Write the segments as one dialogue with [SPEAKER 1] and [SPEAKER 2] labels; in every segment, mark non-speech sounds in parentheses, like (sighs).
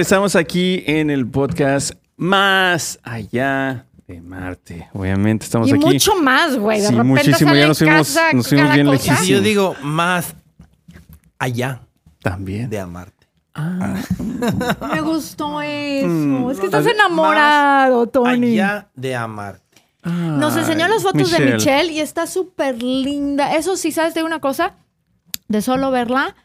[SPEAKER 1] Estamos aquí en el podcast más allá de Marte. Obviamente estamos
[SPEAKER 2] Y
[SPEAKER 1] aquí.
[SPEAKER 2] mucho más, güey. De
[SPEAKER 1] Sí,
[SPEAKER 2] repente
[SPEAKER 1] muchísimo.
[SPEAKER 2] sale
[SPEAKER 1] Ya nos
[SPEAKER 2] en
[SPEAKER 1] fuimos-
[SPEAKER 2] casa
[SPEAKER 1] nos fuimos
[SPEAKER 2] cada
[SPEAKER 1] bien
[SPEAKER 2] cosa.
[SPEAKER 1] lejísimos.
[SPEAKER 3] Y yo digo más allá
[SPEAKER 1] También.
[SPEAKER 3] de amarte.
[SPEAKER 2] Me gustó eso.
[SPEAKER 1] Mm.
[SPEAKER 2] es que estás
[SPEAKER 3] Más
[SPEAKER 2] enamorado, Tony.
[SPEAKER 3] Allá de amarte.
[SPEAKER 2] Nos enseñó
[SPEAKER 1] Ay,
[SPEAKER 2] las fotos de
[SPEAKER 1] Michelle.
[SPEAKER 2] Michelle y está súper linda. Eso sí, ¿sabes de una cosa? De solo verla,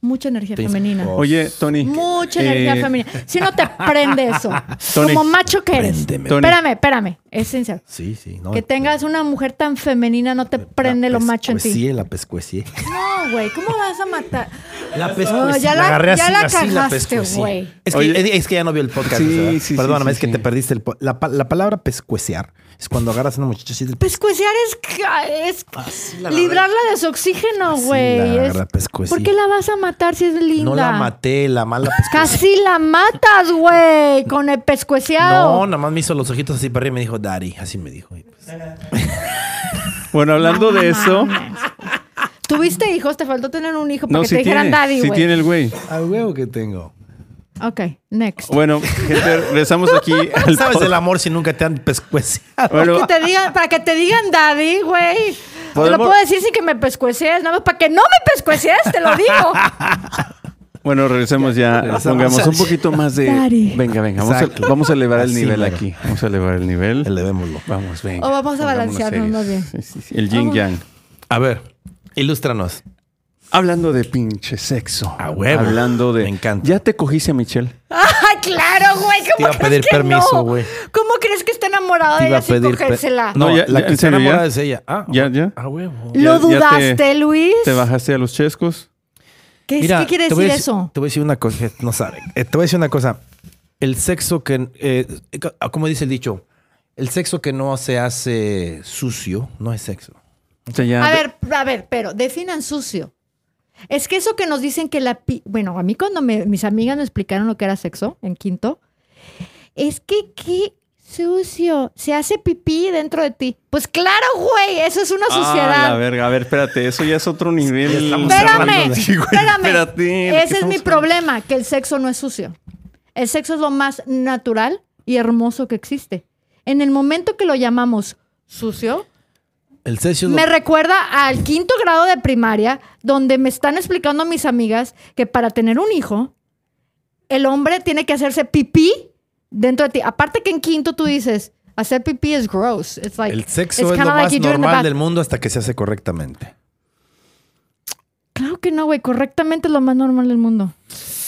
[SPEAKER 2] mucha energía
[SPEAKER 3] Te
[SPEAKER 2] femenina.
[SPEAKER 3] inspiró.
[SPEAKER 1] Oye, Tony.
[SPEAKER 2] Mucha energía
[SPEAKER 1] eh,
[SPEAKER 2] femenina. Si no te prende eso,
[SPEAKER 1] (laughs) Tony.
[SPEAKER 2] como macho que eres.
[SPEAKER 3] Préndeme.
[SPEAKER 1] Tony.
[SPEAKER 2] Espérame, espérame. Es sincero.
[SPEAKER 3] Sí, sí. No,
[SPEAKER 2] Que tengas una mujer tan femenina no te prende lo macho en ti.
[SPEAKER 3] Sí, la pescuecié.
[SPEAKER 2] No, güey. ¿Cómo vas a matar?
[SPEAKER 3] (laughs) La
[SPEAKER 2] No,
[SPEAKER 3] pescuecié.
[SPEAKER 2] ya la,
[SPEAKER 3] agarré
[SPEAKER 2] ya
[SPEAKER 3] así,
[SPEAKER 2] la
[SPEAKER 3] así
[SPEAKER 2] cagaste,
[SPEAKER 3] pescuecié.
[SPEAKER 2] güey.
[SPEAKER 3] Es que,
[SPEAKER 1] Oye.
[SPEAKER 3] es que ya no vio el podcast.
[SPEAKER 1] Sí,
[SPEAKER 3] ¿verdad?
[SPEAKER 1] sí, sí,
[SPEAKER 3] Perdóname,
[SPEAKER 1] sí,
[SPEAKER 3] es que
[SPEAKER 1] sí.
[SPEAKER 3] te perdiste el po- la, pa- la palabra pescueciar. Es cuando agarras a una muchacha así del p-
[SPEAKER 2] Pescuecear es, ca- es
[SPEAKER 3] la
[SPEAKER 2] librarla de su oxígeno,
[SPEAKER 3] Así
[SPEAKER 2] güey.
[SPEAKER 3] la
[SPEAKER 2] Es-
[SPEAKER 3] agarra, pescuecía.
[SPEAKER 2] ¿Por qué la vas a matar si es linda?
[SPEAKER 3] No la maté, la mala pescuecié.
[SPEAKER 2] (laughs) Casi la matas, güey, con el pescueciado.
[SPEAKER 3] No, nada más me hizo los ojitos así para arriba y me dijo, Dari, así me dijo. Y pues,
[SPEAKER 1] Bueno, hablando de eso.
[SPEAKER 2] mames. Tuviste hijos, te faltó tener un hijo para
[SPEAKER 1] No,
[SPEAKER 2] que
[SPEAKER 1] sí
[SPEAKER 2] te dijeran
[SPEAKER 1] tiene.
[SPEAKER 2] daddy,
[SPEAKER 1] sí
[SPEAKER 2] güey.
[SPEAKER 1] tiene el güey.
[SPEAKER 3] al huevo que tengo.
[SPEAKER 2] Ok, next.
[SPEAKER 1] Bueno, gente, regresamos
[SPEAKER 2] (laughs)
[SPEAKER 1] aquí al
[SPEAKER 3] ¿Sabes
[SPEAKER 1] pod-
[SPEAKER 3] el amor si nunca te han pescueciado?
[SPEAKER 1] Bueno,
[SPEAKER 2] Que te digan, para que te digan daddy, güey. Te lo
[SPEAKER 1] Podemos-
[SPEAKER 2] puedo decir sin que me pescuecies, nada más para que no me pescuecies, te lo digo.
[SPEAKER 1] (laughs) bueno, regresemos ya.
[SPEAKER 3] regresamos.
[SPEAKER 1] Pongamos un poquito más de.
[SPEAKER 2] Daddy.
[SPEAKER 1] Venga, venga. Vamos a,
[SPEAKER 3] Exacto.
[SPEAKER 1] vamos a elevar el
[SPEAKER 3] Así
[SPEAKER 1] nivel
[SPEAKER 3] mero.
[SPEAKER 1] aquí. Vamos a elevar el nivel.
[SPEAKER 3] Elevémoslo.
[SPEAKER 1] Vamos, venga.
[SPEAKER 2] O vamos a
[SPEAKER 1] Pongámonos
[SPEAKER 2] balancearnos
[SPEAKER 1] serios.
[SPEAKER 2] más bien.
[SPEAKER 1] Sí, sí, sí. El yin yang.
[SPEAKER 3] A ver, ilústranos.
[SPEAKER 1] Hablando de pinche sexo.
[SPEAKER 3] A huevo.
[SPEAKER 1] Hablando de.
[SPEAKER 3] Me encanta.
[SPEAKER 1] ¿Ya te cogiste a Michelle?
[SPEAKER 2] ¡Ah, claro, güey! ¿Cómo
[SPEAKER 3] Te iba a
[SPEAKER 2] crees
[SPEAKER 3] pedir
[SPEAKER 2] que
[SPEAKER 3] permiso,
[SPEAKER 2] no?
[SPEAKER 3] güey.
[SPEAKER 2] ¿Cómo crees que está enamorada de ella sin
[SPEAKER 3] pe-
[SPEAKER 2] cogérsela?
[SPEAKER 1] No,
[SPEAKER 3] No,
[SPEAKER 1] ya-
[SPEAKER 3] la
[SPEAKER 1] ya,
[SPEAKER 3] que
[SPEAKER 1] ¿en
[SPEAKER 3] está
[SPEAKER 1] serio, ya?
[SPEAKER 3] enamorada es ella. Ah,
[SPEAKER 1] ¿Ya, ya?
[SPEAKER 3] A huevo.
[SPEAKER 1] ya- ya
[SPEAKER 2] ¿Lo
[SPEAKER 1] te-
[SPEAKER 2] dudaste, Luis?
[SPEAKER 1] ¿Te bajaste a los chescos?
[SPEAKER 2] ¿Qué, es-
[SPEAKER 3] Mira,
[SPEAKER 2] qué quiere
[SPEAKER 3] te voy
[SPEAKER 2] decir
[SPEAKER 3] a
[SPEAKER 2] eso?
[SPEAKER 3] Te voy a decir una cosa, que no sabe. Eh, te voy a decir una cosa. El sexo que, eh, eh, como dice el dicho, el sexo que no se hace sucio no es sexo.
[SPEAKER 1] O sea, ya-
[SPEAKER 2] A ver, a ver, pero definan sucio. Es que eso que nos dicen que la... pi- Bueno, a mí cuando me- mis amigas me explicaron lo que era sexo en quinto, es que qué sucio. Se hace pipí dentro de ti. Pues claro, güey, eso es una
[SPEAKER 1] Ah, la
[SPEAKER 2] suciedad.
[SPEAKER 1] verga. A ver, espérate. Eso ya es otro nivel.
[SPEAKER 3] estamos
[SPEAKER 2] Espérame,
[SPEAKER 3] hablando de-
[SPEAKER 1] Sí, güey,
[SPEAKER 2] espérame.
[SPEAKER 1] espérate, ¿de qué
[SPEAKER 2] Ese es
[SPEAKER 1] estamos
[SPEAKER 2] mi
[SPEAKER 1] hablando?
[SPEAKER 2] problema, que el sexo no es sucio. El sexo es lo más natural y hermoso que existe. En el momento que lo llamamos sucio,
[SPEAKER 3] El sexo es lo-
[SPEAKER 2] me recuerda al quinto grado de primaria, donde me están explicando mis amigas que para tener un hijo, el hombre tiene que hacerse pipí dentro de ti. Aparte que en quinto tú dices, hacer pipí es gross. It's like,
[SPEAKER 3] el
[SPEAKER 2] it's
[SPEAKER 3] sexo es
[SPEAKER 2] kinda
[SPEAKER 3] lo más
[SPEAKER 2] like you do it in the
[SPEAKER 3] normal
[SPEAKER 2] bath.
[SPEAKER 3] del mundo hasta que se hace correctamente.
[SPEAKER 2] Claro que no, güey. Correctamente es lo más normal del mundo.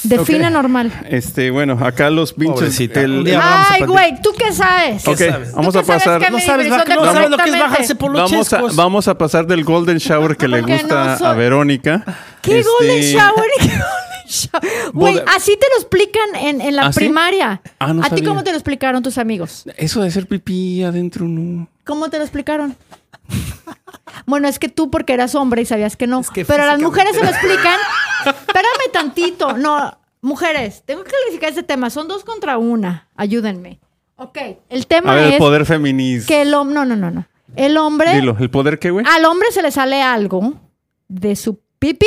[SPEAKER 2] Define
[SPEAKER 1] Ok.
[SPEAKER 2] normal.
[SPEAKER 1] Este, bueno, acá los pinches.
[SPEAKER 3] Pobrecita.
[SPEAKER 1] el-
[SPEAKER 3] Un día vamos a
[SPEAKER 2] Ay,
[SPEAKER 3] partir-
[SPEAKER 2] güey, ¿tú qué sabes?
[SPEAKER 1] ok,
[SPEAKER 3] sabes?
[SPEAKER 1] vamos
[SPEAKER 2] ¿Tú
[SPEAKER 1] a
[SPEAKER 2] qué sabes
[SPEAKER 1] pasar.
[SPEAKER 2] que a mí me resulta perfectamente?
[SPEAKER 3] por
[SPEAKER 1] Vamos a, vamos a pasar del golden shower que le
[SPEAKER 2] Porque
[SPEAKER 1] gusta
[SPEAKER 2] (laughs) no soy-
[SPEAKER 1] a Verónica.
[SPEAKER 2] ¿Qué
[SPEAKER 1] Este,
[SPEAKER 2] golden shower? (laughs) y qué golden shower? Güey,
[SPEAKER 1] Boda-
[SPEAKER 2] así te lo explican en, en la
[SPEAKER 1] ¿Ah, sí?
[SPEAKER 2] primaria.
[SPEAKER 1] Ah, no
[SPEAKER 2] ¿A ti
[SPEAKER 1] sabía.
[SPEAKER 2] cómo te lo explicaron tus amigos?
[SPEAKER 1] Eso de hacer pipí adentro no.
[SPEAKER 2] ¿Cómo te lo explicaron? (laughs) Bueno, es que tú porque eras hombre y sabías que no.
[SPEAKER 3] Es que
[SPEAKER 2] pero a las
[SPEAKER 3] físicamente-
[SPEAKER 2] mujeres se lo explican.
[SPEAKER 3] (laughs)
[SPEAKER 2] Espérame tantito. No, mujeres, tengo que clarificar este tema. Son dos contra una. Ayúdenme. Ok, el tema
[SPEAKER 1] A ver, el
[SPEAKER 2] es
[SPEAKER 1] poder feminista.
[SPEAKER 2] que el hombre... No, no, no, no. El hombre...
[SPEAKER 1] Dilo, ¿el poder qué, güey?
[SPEAKER 2] Al hombre se le sale algo de su pipí.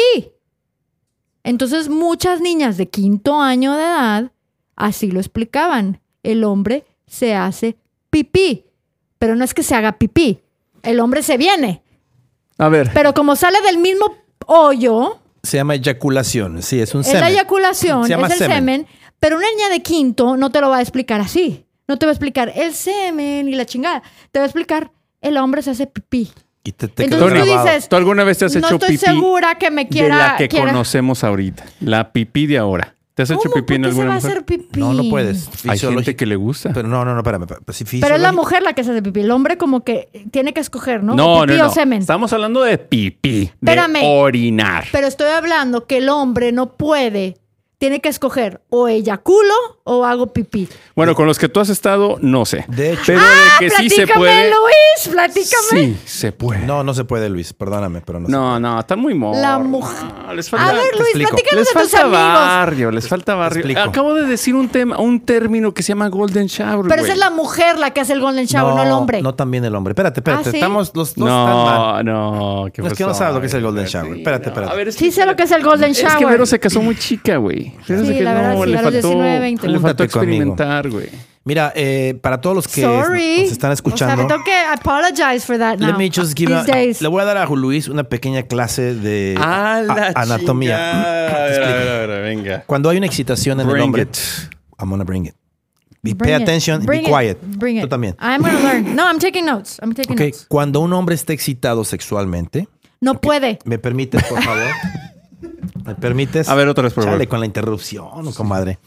[SPEAKER 2] Entonces, muchas niñas de quinto año de edad así lo explicaban. El hombre se hace pipí, pero no es que se haga pipí. El hombre se viene, Ah.
[SPEAKER 1] A ver.
[SPEAKER 2] pero como sale del mismo hoyo,
[SPEAKER 3] Se llama eyaculación. Sí, es un
[SPEAKER 2] es la
[SPEAKER 3] semen.
[SPEAKER 2] eyaculación,
[SPEAKER 3] Se llama
[SPEAKER 2] es el semen.
[SPEAKER 3] semen.
[SPEAKER 2] pero una niña de quinto no te lo va a explicar así. No te va a explicar el semen y la chingada. Te va a explicar el hombre se hace pipí.
[SPEAKER 3] Y te, te quedó
[SPEAKER 2] Entonces tú
[SPEAKER 3] grabado.
[SPEAKER 2] dices,
[SPEAKER 1] ¿Tú alguna vez te has
[SPEAKER 2] no
[SPEAKER 1] hecho
[SPEAKER 2] estoy
[SPEAKER 1] pipí
[SPEAKER 2] segura que me
[SPEAKER 1] de
[SPEAKER 2] quiera.
[SPEAKER 1] la que
[SPEAKER 2] quiera-
[SPEAKER 1] conocemos ahorita? La pipí de ahora. ¿Te has hecho
[SPEAKER 2] ¿Cómo?
[SPEAKER 1] pipí en
[SPEAKER 2] ¿Por qué se va
[SPEAKER 1] alguna
[SPEAKER 2] a
[SPEAKER 1] mujer?
[SPEAKER 2] hacer pipí?
[SPEAKER 3] No, no puedes.
[SPEAKER 1] Hay gente
[SPEAKER 3] Fisiológica-
[SPEAKER 1] que le gusta.
[SPEAKER 3] Pero no, no, no, espérame. espérame. Pues Sí,
[SPEAKER 2] Pero es la
[SPEAKER 3] fisiológica-
[SPEAKER 2] mujer la que se hace pipí. El hombre como que tiene que escoger, ¿no?
[SPEAKER 1] no,
[SPEAKER 2] pipí
[SPEAKER 1] no,
[SPEAKER 2] o semen.
[SPEAKER 1] Estamos hablando de pipí,
[SPEAKER 2] Espérame.
[SPEAKER 1] de orinar.
[SPEAKER 2] Pero estoy hablando que el hombre no puede. Tiene que escoger o eyaculo o hago pipí.
[SPEAKER 1] Bueno, con los que tú has estado, no sé.
[SPEAKER 3] De hecho-
[SPEAKER 1] pero
[SPEAKER 2] ah,
[SPEAKER 1] de que sí
[SPEAKER 2] platícame,
[SPEAKER 1] se puede.
[SPEAKER 2] Luis, platícame.
[SPEAKER 1] Sí, se puede.
[SPEAKER 3] No, no se puede, Luis. Perdóname, pero no. se
[SPEAKER 1] No, no, está muy morro.
[SPEAKER 2] La mujer.
[SPEAKER 1] No, les falta,
[SPEAKER 2] A ver,
[SPEAKER 3] te
[SPEAKER 2] Luis,
[SPEAKER 3] explico.
[SPEAKER 2] platícanos
[SPEAKER 1] les
[SPEAKER 2] de tus
[SPEAKER 1] falta
[SPEAKER 2] amigos.
[SPEAKER 1] barrio, les falta barrio.
[SPEAKER 3] explico.
[SPEAKER 1] Acabo de decir un tema, un término que se llama golden shower.
[SPEAKER 2] Pero
[SPEAKER 1] güey.
[SPEAKER 2] esa es la mujer la que hace el golden shower, no, el hombre.
[SPEAKER 3] No también el hombre. Espérate, espérate.
[SPEAKER 2] ¿Ah, sí?
[SPEAKER 3] Estamos los dos tan mal.
[SPEAKER 1] No, no. ¿qué
[SPEAKER 3] No, es que
[SPEAKER 1] pasó?
[SPEAKER 3] no sabes lo que es el golden
[SPEAKER 1] Espérate,
[SPEAKER 3] shower. Espérate,
[SPEAKER 1] no.
[SPEAKER 3] espérate.
[SPEAKER 1] A ver,
[SPEAKER 2] sí sé lo que es el golden
[SPEAKER 1] Es que
[SPEAKER 2] shower.
[SPEAKER 1] Vero se casó muy chica, güey.
[SPEAKER 3] güey.
[SPEAKER 1] Fíjate
[SPEAKER 2] Sí,
[SPEAKER 1] que
[SPEAKER 2] la verdad,
[SPEAKER 1] no,
[SPEAKER 2] sí,
[SPEAKER 1] le
[SPEAKER 2] a los
[SPEAKER 1] faltó,
[SPEAKER 2] 19, 20.
[SPEAKER 1] le faltó
[SPEAKER 3] Júntate conmigo.
[SPEAKER 1] experimentar, güey.
[SPEAKER 3] Mira, eh, para todos los que
[SPEAKER 2] Sorry.
[SPEAKER 3] nos
[SPEAKER 2] O
[SPEAKER 3] están
[SPEAKER 2] sea,
[SPEAKER 3] escuchando,
[SPEAKER 2] me tengo que apologize for that
[SPEAKER 3] let
[SPEAKER 2] now.
[SPEAKER 3] me just give a-
[SPEAKER 2] These days.
[SPEAKER 3] le voy a dar a Luis una pequeña clase de
[SPEAKER 1] A Ah, la
[SPEAKER 3] a- anatomía. Mm,
[SPEAKER 1] chingada. A ver,
[SPEAKER 3] Te
[SPEAKER 1] a
[SPEAKER 3] explico.
[SPEAKER 1] ver, a ver, venga.
[SPEAKER 3] Cuando hay una excitación en el
[SPEAKER 1] Bring
[SPEAKER 3] hombre,
[SPEAKER 1] it.
[SPEAKER 3] I'm gonna bring it. Be-
[SPEAKER 2] Bring
[SPEAKER 3] pay
[SPEAKER 2] it.
[SPEAKER 3] attention, and
[SPEAKER 2] Bring
[SPEAKER 3] be
[SPEAKER 2] it.
[SPEAKER 3] quiet.
[SPEAKER 2] Bring
[SPEAKER 3] Tú
[SPEAKER 2] it. Ah,
[SPEAKER 3] también.
[SPEAKER 2] I'm gonna learn. No, I'm taking notes. I'm taking
[SPEAKER 3] Ok,
[SPEAKER 2] notes.
[SPEAKER 3] Cuando un hombre está excitado sexualmente,
[SPEAKER 2] No puede.
[SPEAKER 3] ¿me permites, por
[SPEAKER 1] (laughs)
[SPEAKER 3] favor? ¿Me permites?
[SPEAKER 1] A ver, otra vez, por
[SPEAKER 3] Chale,
[SPEAKER 1] favor.
[SPEAKER 3] con la interrupción, oh, comadre.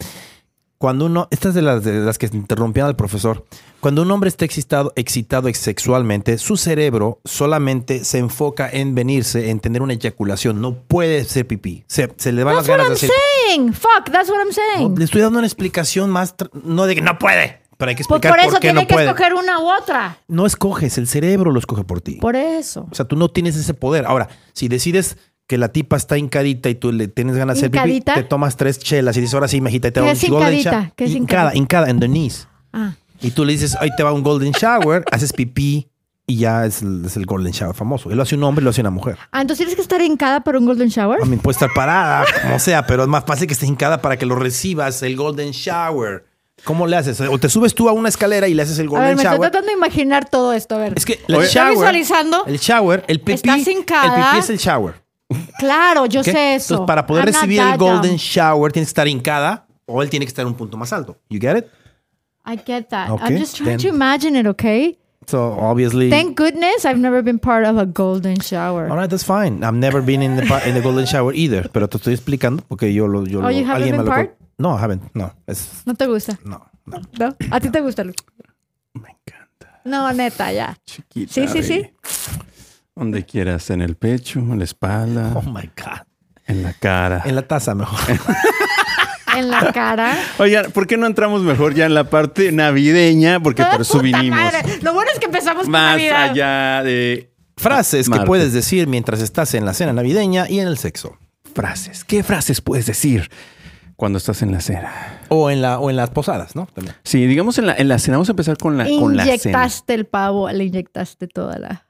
[SPEAKER 3] Cuando uno, estas de las, de las que interrumpían al profesor, cuando un hombre está excitado, excitado sexualmente, su cerebro solamente se enfoca en venirse, en tener una eyaculación. No puede ser pipí. Se, se le van
[SPEAKER 2] That's
[SPEAKER 3] las
[SPEAKER 2] what
[SPEAKER 3] ganas de
[SPEAKER 2] I'm
[SPEAKER 3] hacer.
[SPEAKER 2] saying. Fuck, that's what I'm
[SPEAKER 3] No,
[SPEAKER 2] saying.
[SPEAKER 3] le estoy dando una explicación más, tr- no de que no puede, pero hay que
[SPEAKER 2] Pues
[SPEAKER 3] explicar
[SPEAKER 2] por eso
[SPEAKER 3] por qué
[SPEAKER 2] tiene
[SPEAKER 3] no
[SPEAKER 2] que
[SPEAKER 3] puede.
[SPEAKER 2] escoger una u otra.
[SPEAKER 3] No escoges, el cerebro lo escoge por ti.
[SPEAKER 2] Por eso.
[SPEAKER 3] O sea, tú no tienes ese poder. Ahora, si decides que la tipa está hincadita y tú le tienes ganas de hacer pipí,
[SPEAKER 2] ¿Hincadita?
[SPEAKER 3] te tomas tres chelas y dices, ahora sí, mijita, y te
[SPEAKER 2] ¿Qué
[SPEAKER 3] va
[SPEAKER 2] es
[SPEAKER 3] un golden
[SPEAKER 2] hincadita?
[SPEAKER 3] shower.
[SPEAKER 2] ¿Qué es
[SPEAKER 3] hincada,
[SPEAKER 2] hincadita?
[SPEAKER 3] hincada, en the knees.
[SPEAKER 2] Ah.
[SPEAKER 3] Y tú le dices, ahí te va un golden shower, (laughs) haces pipí y ya es el, es el golden shower famoso. Y lo hace un hombre y lo hace una mujer.
[SPEAKER 2] Ah, entonces tienes que estar hincada por un golden shower.
[SPEAKER 3] A mí puede estar parada, como sea, pero es más fácil que estés hincada para que lo recibas, el golden shower. ¿Cómo le haces? O te subes tú a una escalera y le haces
[SPEAKER 2] A
[SPEAKER 3] el
[SPEAKER 2] ver,
[SPEAKER 3] golden
[SPEAKER 2] me estoy
[SPEAKER 3] shower.
[SPEAKER 2] tratando de imaginar todo esto. A ver.
[SPEAKER 3] Es que el
[SPEAKER 1] Oye.
[SPEAKER 2] ¿Estoy
[SPEAKER 3] shower,
[SPEAKER 2] visualizando?
[SPEAKER 3] el shower, el pipí,
[SPEAKER 2] Estás hincada.
[SPEAKER 3] el pipí es el shower.
[SPEAKER 2] Claro, yo
[SPEAKER 3] ¿ok?
[SPEAKER 2] sé eso.
[SPEAKER 3] Entonces, para poder
[SPEAKER 2] I'm not
[SPEAKER 3] recibir el
[SPEAKER 2] that
[SPEAKER 3] golden
[SPEAKER 2] dumb.
[SPEAKER 3] shower, tienes que estar hincada o él tiene que estar en un punto más alto. You get it?
[SPEAKER 2] I get that.
[SPEAKER 3] Okay,
[SPEAKER 2] I'm just trying to
[SPEAKER 3] then.
[SPEAKER 2] imagine it, okay?
[SPEAKER 3] So, obviously.
[SPEAKER 2] Thank goodness I've never been part of a golden shower.
[SPEAKER 3] All right, that's fine. I've never been in the, pa- in the golden shower either. Pero te estoy explicando porque yo lo. Yo
[SPEAKER 2] Oh,
[SPEAKER 3] lo-
[SPEAKER 2] you haven't
[SPEAKER 3] alguien me
[SPEAKER 2] been
[SPEAKER 3] lo
[SPEAKER 2] part?
[SPEAKER 3] con- No, I haven't. No. Es,
[SPEAKER 2] No te gusta,
[SPEAKER 3] no. no.
[SPEAKER 2] ¿no? A ti te gusta, Lu?
[SPEAKER 1] Me encanta.
[SPEAKER 2] No, neta, ya.
[SPEAKER 1] Chiquita.
[SPEAKER 2] Sí, sí, sí.
[SPEAKER 1] baby. Donde quieras, en el pecho, en la espalda,
[SPEAKER 3] Oh my God.
[SPEAKER 1] en la cara.
[SPEAKER 3] En la taza (laughs) mejor.
[SPEAKER 2] En
[SPEAKER 1] (laughs)
[SPEAKER 2] la cara.
[SPEAKER 1] Oigan, ¿por qué no entramos mejor ya en la parte navideña? Porque por eso
[SPEAKER 2] ¡Puta
[SPEAKER 1] vinimos.
[SPEAKER 2] madre! Lo bueno es que empezamos con
[SPEAKER 1] Más
[SPEAKER 2] Navidad.
[SPEAKER 1] allá de
[SPEAKER 3] Frases que
[SPEAKER 1] Marte.
[SPEAKER 3] puedes decir mientras estás en la cena navideña y en el sexo.
[SPEAKER 1] frases. ¿Qué frases puedes decir cuando estás en la cena?
[SPEAKER 3] O en, la, o en las posadas, ¿no? También.
[SPEAKER 1] Sí, digamos en la, en la cena. Vamos a empezar con la, con la cena.
[SPEAKER 2] Inyectaste el pavo, le inyectaste toda la.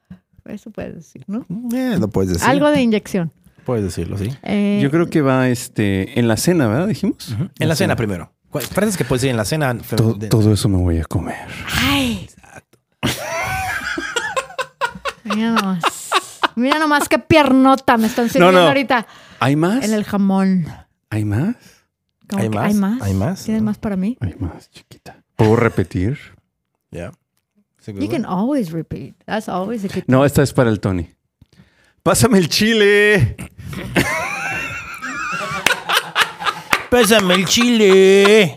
[SPEAKER 2] Eso puedes decir, ¿no?
[SPEAKER 3] Eh, lo puedes decir.
[SPEAKER 2] Algo de inyección.
[SPEAKER 3] Puedes decirlo, sí.
[SPEAKER 2] Eh,
[SPEAKER 1] Pues Yo creo que va este, en la cena, ¿verdad? Dijimos.
[SPEAKER 3] En la cena primero. ¿Cuál- Frases que puedes decir en la cena. fem-
[SPEAKER 1] To-
[SPEAKER 3] de-
[SPEAKER 1] todo eso me voy a comer.
[SPEAKER 2] ¡Ay! (laughs) Mira nomás. Mira nomás qué piernota me están sirviendo
[SPEAKER 1] no.
[SPEAKER 2] ahorita.
[SPEAKER 1] ¿Hay más?
[SPEAKER 2] En el jamón.
[SPEAKER 1] ¿Hay más?
[SPEAKER 2] Como
[SPEAKER 3] ¿Hay
[SPEAKER 2] que,
[SPEAKER 3] más?
[SPEAKER 2] ¿Hay más?
[SPEAKER 3] ¿Hay más?
[SPEAKER 2] ¿Tienes más para mí?
[SPEAKER 1] Hay más, chiquita. ¿Puedo repetir?
[SPEAKER 3] Yeah. It's a good
[SPEAKER 2] You
[SPEAKER 3] one.
[SPEAKER 2] can always repeat. That's always a good
[SPEAKER 1] No, esta es para el Tony. Pásame el chile.
[SPEAKER 3] Pésame el chile.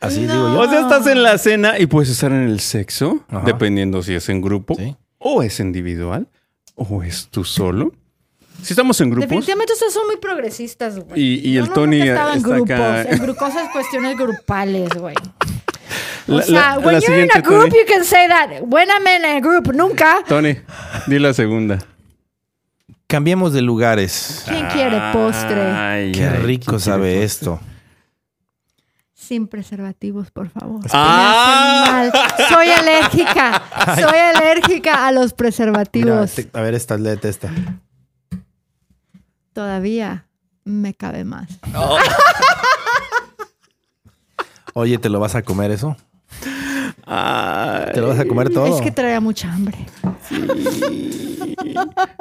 [SPEAKER 3] Así digo yo.
[SPEAKER 1] O sea, estás en la cena y puedes estar en el sexo,
[SPEAKER 3] Ajá.
[SPEAKER 1] dependiendo si es en grupo
[SPEAKER 3] Sí.
[SPEAKER 1] o es individual o es tú solo. Si estamos en grupos,
[SPEAKER 2] Definitivamente ustedes son muy progresistas, güey.
[SPEAKER 1] Y- y
[SPEAKER 2] Yo
[SPEAKER 1] el
[SPEAKER 2] no
[SPEAKER 1] Tony
[SPEAKER 2] nunca estaba en
[SPEAKER 1] está
[SPEAKER 2] grupos,
[SPEAKER 1] acá. (laughs)
[SPEAKER 2] en gru- cosas, cuestiones grupales, güey. O
[SPEAKER 1] La-
[SPEAKER 2] sea,
[SPEAKER 1] la-
[SPEAKER 2] when
[SPEAKER 1] la
[SPEAKER 2] you're in a
[SPEAKER 1] siguiente,
[SPEAKER 2] group,
[SPEAKER 1] Tony.
[SPEAKER 2] you can say that. When I'm in a group, nunca.
[SPEAKER 1] Tony, di la segunda.
[SPEAKER 3] Cambiemos de lugares.
[SPEAKER 2] ¿Quién quiere postre?
[SPEAKER 1] Ay,
[SPEAKER 3] Qué
[SPEAKER 1] ay,
[SPEAKER 3] rico
[SPEAKER 1] ¿quién
[SPEAKER 3] sabe
[SPEAKER 1] quiere
[SPEAKER 3] esto.
[SPEAKER 2] Sin preservativos, por favor.
[SPEAKER 1] Ah.
[SPEAKER 2] Me hacen mal. Soy alérgica. Soy alérgica a los
[SPEAKER 3] Mira,
[SPEAKER 2] preservativos.
[SPEAKER 3] te- a ver, esta, léete esta.
[SPEAKER 2] Todavía me cabe más.
[SPEAKER 3] Oye, ¿te lo vas a comer eso?
[SPEAKER 1] postre? Ay,
[SPEAKER 3] ¿Te lo vas a comer
[SPEAKER 1] Oh.
[SPEAKER 3] todo?
[SPEAKER 2] Es que traía mucha hambre.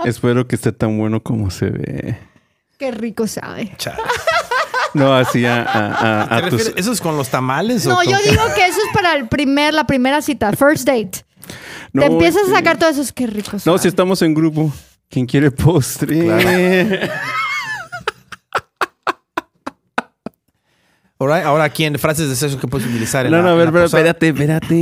[SPEAKER 1] espero que esté tan bueno como se ve.
[SPEAKER 2] Qué rico sabe.
[SPEAKER 3] Chale.
[SPEAKER 1] No, así a, a- a- a
[SPEAKER 3] ¿Te
[SPEAKER 1] tus-
[SPEAKER 3] refieres- ¿Eso es con los tamales? o
[SPEAKER 2] No,
[SPEAKER 3] con
[SPEAKER 2] yo
[SPEAKER 3] qué?
[SPEAKER 2] digo que eso es para el primer, la primera cita, first date.
[SPEAKER 1] No,
[SPEAKER 2] Te empiezas
[SPEAKER 1] sí.
[SPEAKER 2] a sacar todos esos qué ricos.
[SPEAKER 1] No, si estamos en grupo. ¿Quién quiere postre? (laughs)
[SPEAKER 3] All right, Ahora aquí en frases de sexo que puedes utilizar. En
[SPEAKER 1] No,
[SPEAKER 3] la-
[SPEAKER 1] no, a
[SPEAKER 3] en
[SPEAKER 1] ver,
[SPEAKER 3] la
[SPEAKER 1] pero
[SPEAKER 3] posada.
[SPEAKER 1] espérate, espérate,